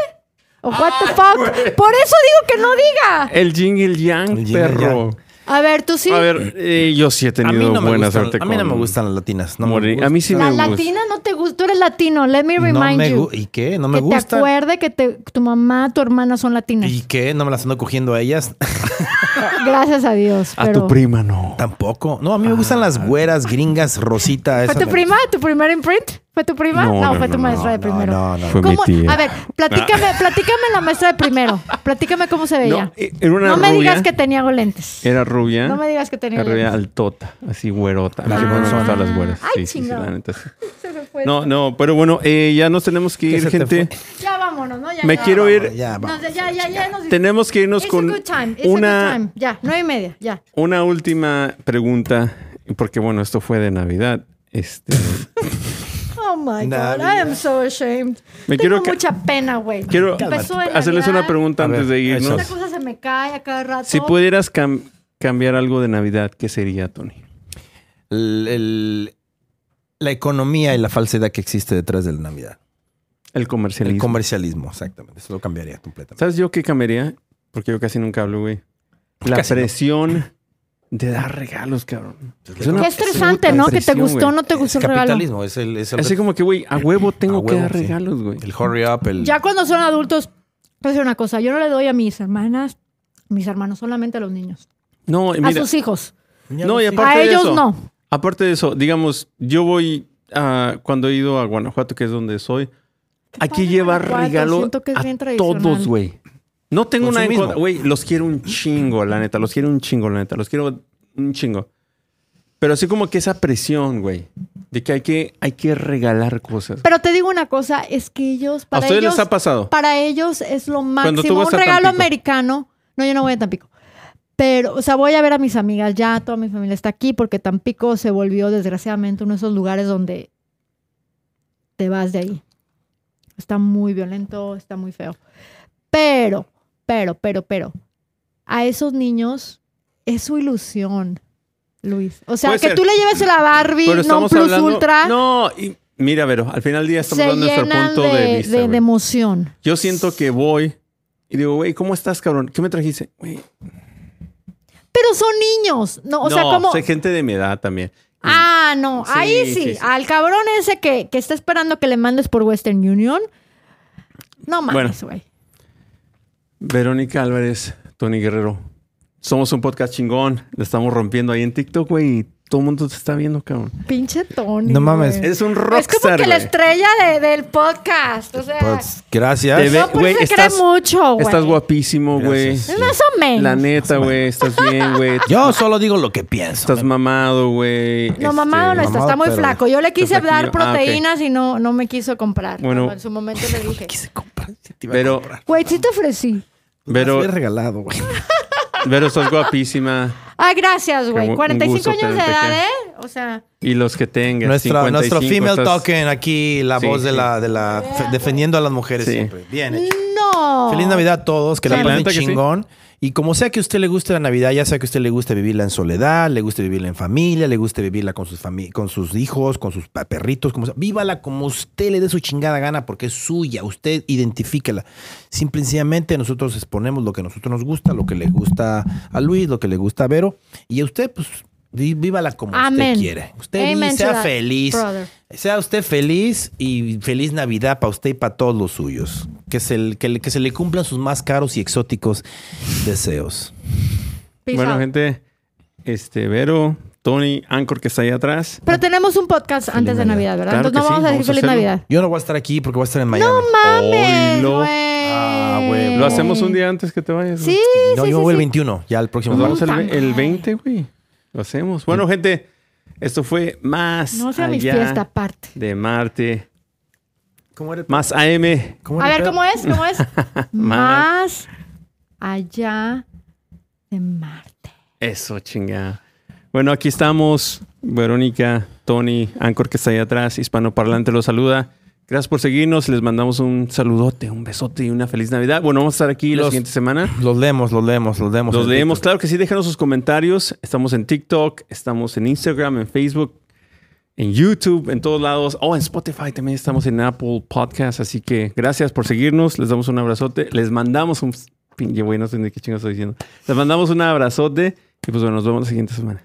[SPEAKER 2] ¿O what
[SPEAKER 3] Ah,
[SPEAKER 2] the fuck? Por eso digo que no diga.
[SPEAKER 1] El yin y el yang,
[SPEAKER 3] El yin y el
[SPEAKER 1] perro.
[SPEAKER 3] yang.
[SPEAKER 2] A ver, tú sí.
[SPEAKER 1] A ver, eh, yo sí he
[SPEAKER 3] A
[SPEAKER 1] tenido
[SPEAKER 3] mí no me
[SPEAKER 1] buena
[SPEAKER 3] gustan-
[SPEAKER 1] suerte
[SPEAKER 3] A mí no
[SPEAKER 1] con-
[SPEAKER 3] me gustan las latinas. No
[SPEAKER 1] Morir.
[SPEAKER 3] me
[SPEAKER 1] A mí sí
[SPEAKER 2] la
[SPEAKER 1] me gusta.
[SPEAKER 2] latina no te gusta. Tú eres latino. Let me
[SPEAKER 3] gustan. No
[SPEAKER 2] remind
[SPEAKER 3] me
[SPEAKER 2] you.
[SPEAKER 3] gu- ¿Y qué? No me
[SPEAKER 2] que te
[SPEAKER 3] gusta.
[SPEAKER 2] acuerde que te- tu mamá, tu hermana son latinas.
[SPEAKER 3] ¿Y qué? No me las ando cogiendo a ellas. (laughs)
[SPEAKER 2] Gracias a Dios.
[SPEAKER 1] A
[SPEAKER 2] pero-
[SPEAKER 1] tu prima no.
[SPEAKER 3] Tampoco. No, a mí me gustan
[SPEAKER 1] Ah.
[SPEAKER 3] las güeras, gringas, rosita.
[SPEAKER 2] ¿Fue
[SPEAKER 3] esas
[SPEAKER 2] tu
[SPEAKER 3] me
[SPEAKER 2] prima? ¿Tu primer imprint? ¿Fue tu prima?
[SPEAKER 1] No,
[SPEAKER 2] No,
[SPEAKER 1] no,
[SPEAKER 2] fue
[SPEAKER 1] no,
[SPEAKER 2] tu
[SPEAKER 1] no,
[SPEAKER 2] maestra de
[SPEAKER 3] gustan.
[SPEAKER 2] primero.
[SPEAKER 3] No, no, no.
[SPEAKER 1] Fue mi
[SPEAKER 2] ¿Cómo?
[SPEAKER 1] tía.
[SPEAKER 2] A ver,
[SPEAKER 1] (laughs)
[SPEAKER 2] platícame, platícame la maestra de primero. Platícame cómo se veía.
[SPEAKER 1] No, eh, era una
[SPEAKER 2] No me
[SPEAKER 1] rubia.
[SPEAKER 2] digas que tenía lentes.
[SPEAKER 1] Era rubia.
[SPEAKER 2] No me digas que tenía
[SPEAKER 1] Era rubia
[SPEAKER 2] lentes.
[SPEAKER 1] altota, así güerota. A mí
[SPEAKER 3] Las
[SPEAKER 1] sí me
[SPEAKER 3] güeras.
[SPEAKER 1] gustaban las güeras.
[SPEAKER 2] Ay,
[SPEAKER 1] Sí, sí, sí,
[SPEAKER 2] chingado. Pues
[SPEAKER 1] la neta, sí.
[SPEAKER 2] Se me fue.
[SPEAKER 1] No, no, pero bueno, eh, ya nos tenemos que
[SPEAKER 3] ¿Qué
[SPEAKER 1] ir,
[SPEAKER 3] se te
[SPEAKER 1] gente.
[SPEAKER 3] fue?
[SPEAKER 2] Ya vámonos, ¿no? Ya,
[SPEAKER 1] Me
[SPEAKER 2] ya.
[SPEAKER 1] quiero ir.
[SPEAKER 3] Bueno, Ya, vamos.
[SPEAKER 2] Nos- ya, ya, ya
[SPEAKER 1] (laughs)
[SPEAKER 2] nos-
[SPEAKER 1] Tenemos que irnos
[SPEAKER 2] It's
[SPEAKER 1] con
[SPEAKER 2] a good time. It's a good
[SPEAKER 1] una,
[SPEAKER 2] time. Ya, nueve y media. Ya.
[SPEAKER 1] una última pregunta, porque bueno, esto fue de Navidad. Este,
[SPEAKER 3] (laughs)
[SPEAKER 2] Oh my God.
[SPEAKER 3] Navidad.
[SPEAKER 2] I am so ashamed.
[SPEAKER 1] Me
[SPEAKER 2] Tengo
[SPEAKER 1] quiero que-
[SPEAKER 2] mucha pena, güey.
[SPEAKER 1] quiero
[SPEAKER 2] Empezó en
[SPEAKER 1] hacerles
[SPEAKER 2] Navidad.
[SPEAKER 1] una pregunta
[SPEAKER 3] A ver,
[SPEAKER 1] antes de irnos.
[SPEAKER 2] Esta cosa se me cae a cada rato.
[SPEAKER 1] Si pudieras cam- cambiar algo de Navidad, ¿qué sería, Tony?
[SPEAKER 3] El- el- la economía y la falsedad que existe detrás de la Navidad.
[SPEAKER 1] El
[SPEAKER 3] El
[SPEAKER 1] comercialismo.
[SPEAKER 3] comercialismo, exactamente. Eso lo cambiaría completamente.
[SPEAKER 1] ¿Sabes yo qué cambiaría? Porque yo casi nunca hablo, güey. La
[SPEAKER 3] Casi no.
[SPEAKER 1] presión de dar regalos, cabrón. Es
[SPEAKER 2] Qué
[SPEAKER 1] una
[SPEAKER 2] estresante,
[SPEAKER 1] puta
[SPEAKER 2] ¿no? Que te
[SPEAKER 1] presión,
[SPEAKER 2] gustó o
[SPEAKER 1] güey.
[SPEAKER 2] no te gustó
[SPEAKER 3] es
[SPEAKER 2] el regalo.
[SPEAKER 3] capitalismo, es el, es el-
[SPEAKER 1] Así como que, güey, a huevo tengo
[SPEAKER 3] (clears throat) A
[SPEAKER 1] que
[SPEAKER 3] huevo,
[SPEAKER 1] dar
[SPEAKER 3] sí.
[SPEAKER 1] regalos, güey.
[SPEAKER 3] el hurry up, el...
[SPEAKER 2] Ya cuando son adultos, te voy a decir una cosa, yo no le doy a mis hermanas, mis hermanos, solamente a los niños,
[SPEAKER 1] No, y
[SPEAKER 2] a
[SPEAKER 1] mira.
[SPEAKER 2] sus hijos.
[SPEAKER 1] No, y aparte
[SPEAKER 2] A
[SPEAKER 1] de
[SPEAKER 2] ellos
[SPEAKER 1] eso,
[SPEAKER 2] no.
[SPEAKER 1] Aparte de eso, digamos, yo voy a, cuando he ido a Guanajuato, que es donde soy, hay que
[SPEAKER 2] padre
[SPEAKER 1] llevar
[SPEAKER 2] Guanajuato,
[SPEAKER 1] regalos
[SPEAKER 2] siento que es bien
[SPEAKER 1] a
[SPEAKER 2] tradicional.
[SPEAKER 1] todos, güey. No tengo
[SPEAKER 3] Por sí
[SPEAKER 1] nada en
[SPEAKER 3] mismo.
[SPEAKER 1] contra, güey, los quiero un chingo, la neta, los quiero un chingo, la neta, los quiero un chingo. Pero así como que esa presión, güey, De que hay que, hay que regalar cosas.
[SPEAKER 2] Pero te digo una cosa, es que ellos,
[SPEAKER 1] ¿A
[SPEAKER 2] para
[SPEAKER 1] ustedes
[SPEAKER 2] ellos,
[SPEAKER 1] les ha pasado?
[SPEAKER 2] para ellos es lo
[SPEAKER 1] Cuando tú
[SPEAKER 2] máximo.
[SPEAKER 1] vas
[SPEAKER 2] Un
[SPEAKER 1] a
[SPEAKER 2] regalo
[SPEAKER 1] Tampico.
[SPEAKER 2] americano. No, yo no voy a Tampico. Pero, o sea, voy a ver a mis amigas ya, toda mi familia está aquí, porque Tampico se volvió desgraciadamente uno de esos lugares donde te vas de ahí. Está muy violento, está muy feo. Pero, pero, pero, pero, a esos niños es su ilusión, Luis. O sea,
[SPEAKER 1] Puede
[SPEAKER 2] que
[SPEAKER 1] ser.
[SPEAKER 2] tú le lleves la Barbie,
[SPEAKER 1] Pero
[SPEAKER 2] no
[SPEAKER 1] estamos
[SPEAKER 2] plus
[SPEAKER 1] hablando-
[SPEAKER 2] ultra,
[SPEAKER 1] No, y mira, Vero, al final del día estamos
[SPEAKER 2] se
[SPEAKER 1] dando nuestro
[SPEAKER 2] llenan
[SPEAKER 1] punto
[SPEAKER 2] de,
[SPEAKER 1] de, vista.
[SPEAKER 2] de- de
[SPEAKER 1] güey.
[SPEAKER 2] emoción.
[SPEAKER 1] Yo siento que voy y digo, güey, ¿cómo estás, cabrón? ¿Qué me trajiste? Güey,
[SPEAKER 2] Pero son niños, ¿no? O sea,
[SPEAKER 1] no,
[SPEAKER 2] como...
[SPEAKER 1] soy gente de mi edad también.
[SPEAKER 2] Ah, no,
[SPEAKER 1] Sí, sí,
[SPEAKER 2] ahí sí,
[SPEAKER 1] sí.
[SPEAKER 2] al cabrón ese que, que está esperando que le mandes por Western Union. No mames, güey.
[SPEAKER 1] Verónica Álvarez, Tony Guerrero. Somos un podcast chingón. Le estamos rompiendo ahí en TikTok, güey. y Todo el mundo te está viendo, cabrón.
[SPEAKER 2] Pinche Tony.
[SPEAKER 3] No mames.
[SPEAKER 2] güey.
[SPEAKER 1] Eres un
[SPEAKER 2] Es como
[SPEAKER 1] rockstar,
[SPEAKER 2] que la
[SPEAKER 1] güey.
[SPEAKER 2] estrella de- del podcast. O sea,
[SPEAKER 3] Pues, gracias.
[SPEAKER 1] Te ve-
[SPEAKER 2] no, por
[SPEAKER 1] güey,
[SPEAKER 2] eso se
[SPEAKER 1] estás-
[SPEAKER 2] cree mucho, güey.
[SPEAKER 1] Estás guapísimo, güey.
[SPEAKER 3] Gracias.
[SPEAKER 2] Más o menos.
[SPEAKER 1] La neta, güey. Estás bien, güey.
[SPEAKER 3] Yo solo digo lo que pienso.
[SPEAKER 1] Estás mamado, güey.
[SPEAKER 2] No,
[SPEAKER 1] Este,
[SPEAKER 2] mamado no está,
[SPEAKER 3] mamado,
[SPEAKER 2] está muy
[SPEAKER 3] pero-
[SPEAKER 2] flaco. Yo le quise
[SPEAKER 1] flaquillo.
[SPEAKER 2] dar
[SPEAKER 1] Ah, ok.
[SPEAKER 2] proteínas y no, no me quiso comprar.
[SPEAKER 1] Bueno.
[SPEAKER 2] Cuando en su momento
[SPEAKER 1] (laughs)
[SPEAKER 2] le dije,
[SPEAKER 1] Pero,
[SPEAKER 2] güey, sí te ofrecí.
[SPEAKER 1] Vero,
[SPEAKER 3] Te has
[SPEAKER 1] (laughs)
[SPEAKER 3] regalado, güey.
[SPEAKER 1] Vero, estás guapísima.
[SPEAKER 2] Ah, gracias,
[SPEAKER 1] Qué
[SPEAKER 2] güey.
[SPEAKER 1] bu-
[SPEAKER 2] 45
[SPEAKER 1] un gusto
[SPEAKER 2] años de
[SPEAKER 1] tenerte
[SPEAKER 2] edad,
[SPEAKER 1] acá.
[SPEAKER 2] ¿eh? O sea,
[SPEAKER 1] Y los que tengas.
[SPEAKER 3] Nuestra,
[SPEAKER 1] 55,
[SPEAKER 3] nuestro female
[SPEAKER 1] estás-
[SPEAKER 3] token aquí, la
[SPEAKER 1] Sí,
[SPEAKER 3] voz de
[SPEAKER 1] sí.
[SPEAKER 3] la, de la fe- defendiendo a las mujeres
[SPEAKER 1] Sí.
[SPEAKER 3] siempre. Bien hecho.
[SPEAKER 2] no.
[SPEAKER 3] Feliz Navidad a todos, que
[SPEAKER 1] Sí,
[SPEAKER 3] la
[SPEAKER 1] la
[SPEAKER 3] pasen
[SPEAKER 1] neta que sí.
[SPEAKER 3] chingón. Y como sea que a usted le guste la Navidad, ya sea que a usted le guste vivirla en soledad, le guste vivirla en familia, le guste vivirla con sus, fami- con sus hijos, con sus pa- perritos, como sea, vívala como usted le dé su chingada gana porque es suya, usted identifíquela. Simple y sencillamente nosotros exponemos lo que a nosotros nos gusta, lo que le gusta a Luis, lo que le gusta a Vero, y a usted pues vi- vívala como
[SPEAKER 2] Amén.
[SPEAKER 3] usted quiere. Usted
[SPEAKER 2] Amen
[SPEAKER 3] vi-
[SPEAKER 2] to
[SPEAKER 3] sea
[SPEAKER 2] that,
[SPEAKER 3] feliz.
[SPEAKER 2] brother.
[SPEAKER 3] Sea usted feliz y feliz Navidad para usted y para todos los suyos. Que se, le- que, le- que se le cumplan sus más caros y exóticos deseos.
[SPEAKER 2] Peace
[SPEAKER 1] Bueno,
[SPEAKER 2] out.
[SPEAKER 1] gente, este, Vero, Tony, Anchor que está ahí atrás.
[SPEAKER 2] Pero tenemos un podcast antes de Navidad,
[SPEAKER 3] Navidad.
[SPEAKER 2] ¿verdad?
[SPEAKER 1] Claro
[SPEAKER 2] Entonces no
[SPEAKER 1] que sí,
[SPEAKER 2] vamos a decir
[SPEAKER 1] vamos a
[SPEAKER 2] Feliz
[SPEAKER 1] hacerlo.
[SPEAKER 2] Navidad.
[SPEAKER 3] Yo no voy a estar aquí porque voy a estar en Miami.
[SPEAKER 2] ¡Mames,
[SPEAKER 1] Oilo.
[SPEAKER 2] güey!
[SPEAKER 3] Ah, güey.
[SPEAKER 1] Lo hacemos un día antes que te vayas. güey.
[SPEAKER 2] Sí,
[SPEAKER 3] no,
[SPEAKER 2] sí,
[SPEAKER 3] yo
[SPEAKER 2] sí,
[SPEAKER 3] me voy el
[SPEAKER 2] sí.
[SPEAKER 3] 21, ya el próximo
[SPEAKER 1] Nos
[SPEAKER 3] martes.
[SPEAKER 1] vamos el,
[SPEAKER 2] Puta
[SPEAKER 1] ve- el
[SPEAKER 2] madre.
[SPEAKER 1] 20, güey. Lo hacemos. Bueno, gente, esto fue más
[SPEAKER 2] No sea mi
[SPEAKER 1] allá
[SPEAKER 2] fiesta aparte.
[SPEAKER 1] de Marte.
[SPEAKER 3] ¿Cómo era el-
[SPEAKER 1] Más AM.
[SPEAKER 3] cómo
[SPEAKER 2] A
[SPEAKER 3] era
[SPEAKER 2] ver,
[SPEAKER 3] el pedo?
[SPEAKER 2] ¿cómo es? ¿Cómo
[SPEAKER 1] (laughs)
[SPEAKER 2] es? Más allá de Marte.
[SPEAKER 1] Eso, chingada. Bueno, aquí estamos. Verónica, Tony, Anchor que está ahí atrás, hispanoparlante los saluda. Gracias por seguirnos. Les mandamos un saludote, un besote y una feliz Navidad. Bueno, vamos a estar aquí la
[SPEAKER 3] Los-
[SPEAKER 1] siguiente semana.
[SPEAKER 3] Los leemos, los leemos, los leemos.
[SPEAKER 1] Los
[SPEAKER 3] en
[SPEAKER 1] leemos,
[SPEAKER 3] TikTok.
[SPEAKER 1] claro que sí, déjanos sus comentarios. Estamos en TikTok, estamos en Instagram, en Facebook, en YouTube, en todos lados. Oh, en Spotify también estamos en Apple Podcast. Así que gracias por seguirnos. Les damos un abrazote. Les mandamos un. Pinche güey, no sé ni qué chingo estoy diciendo. Les mandamos un abrazote. Y pues bueno, nos vemos la siguiente semana.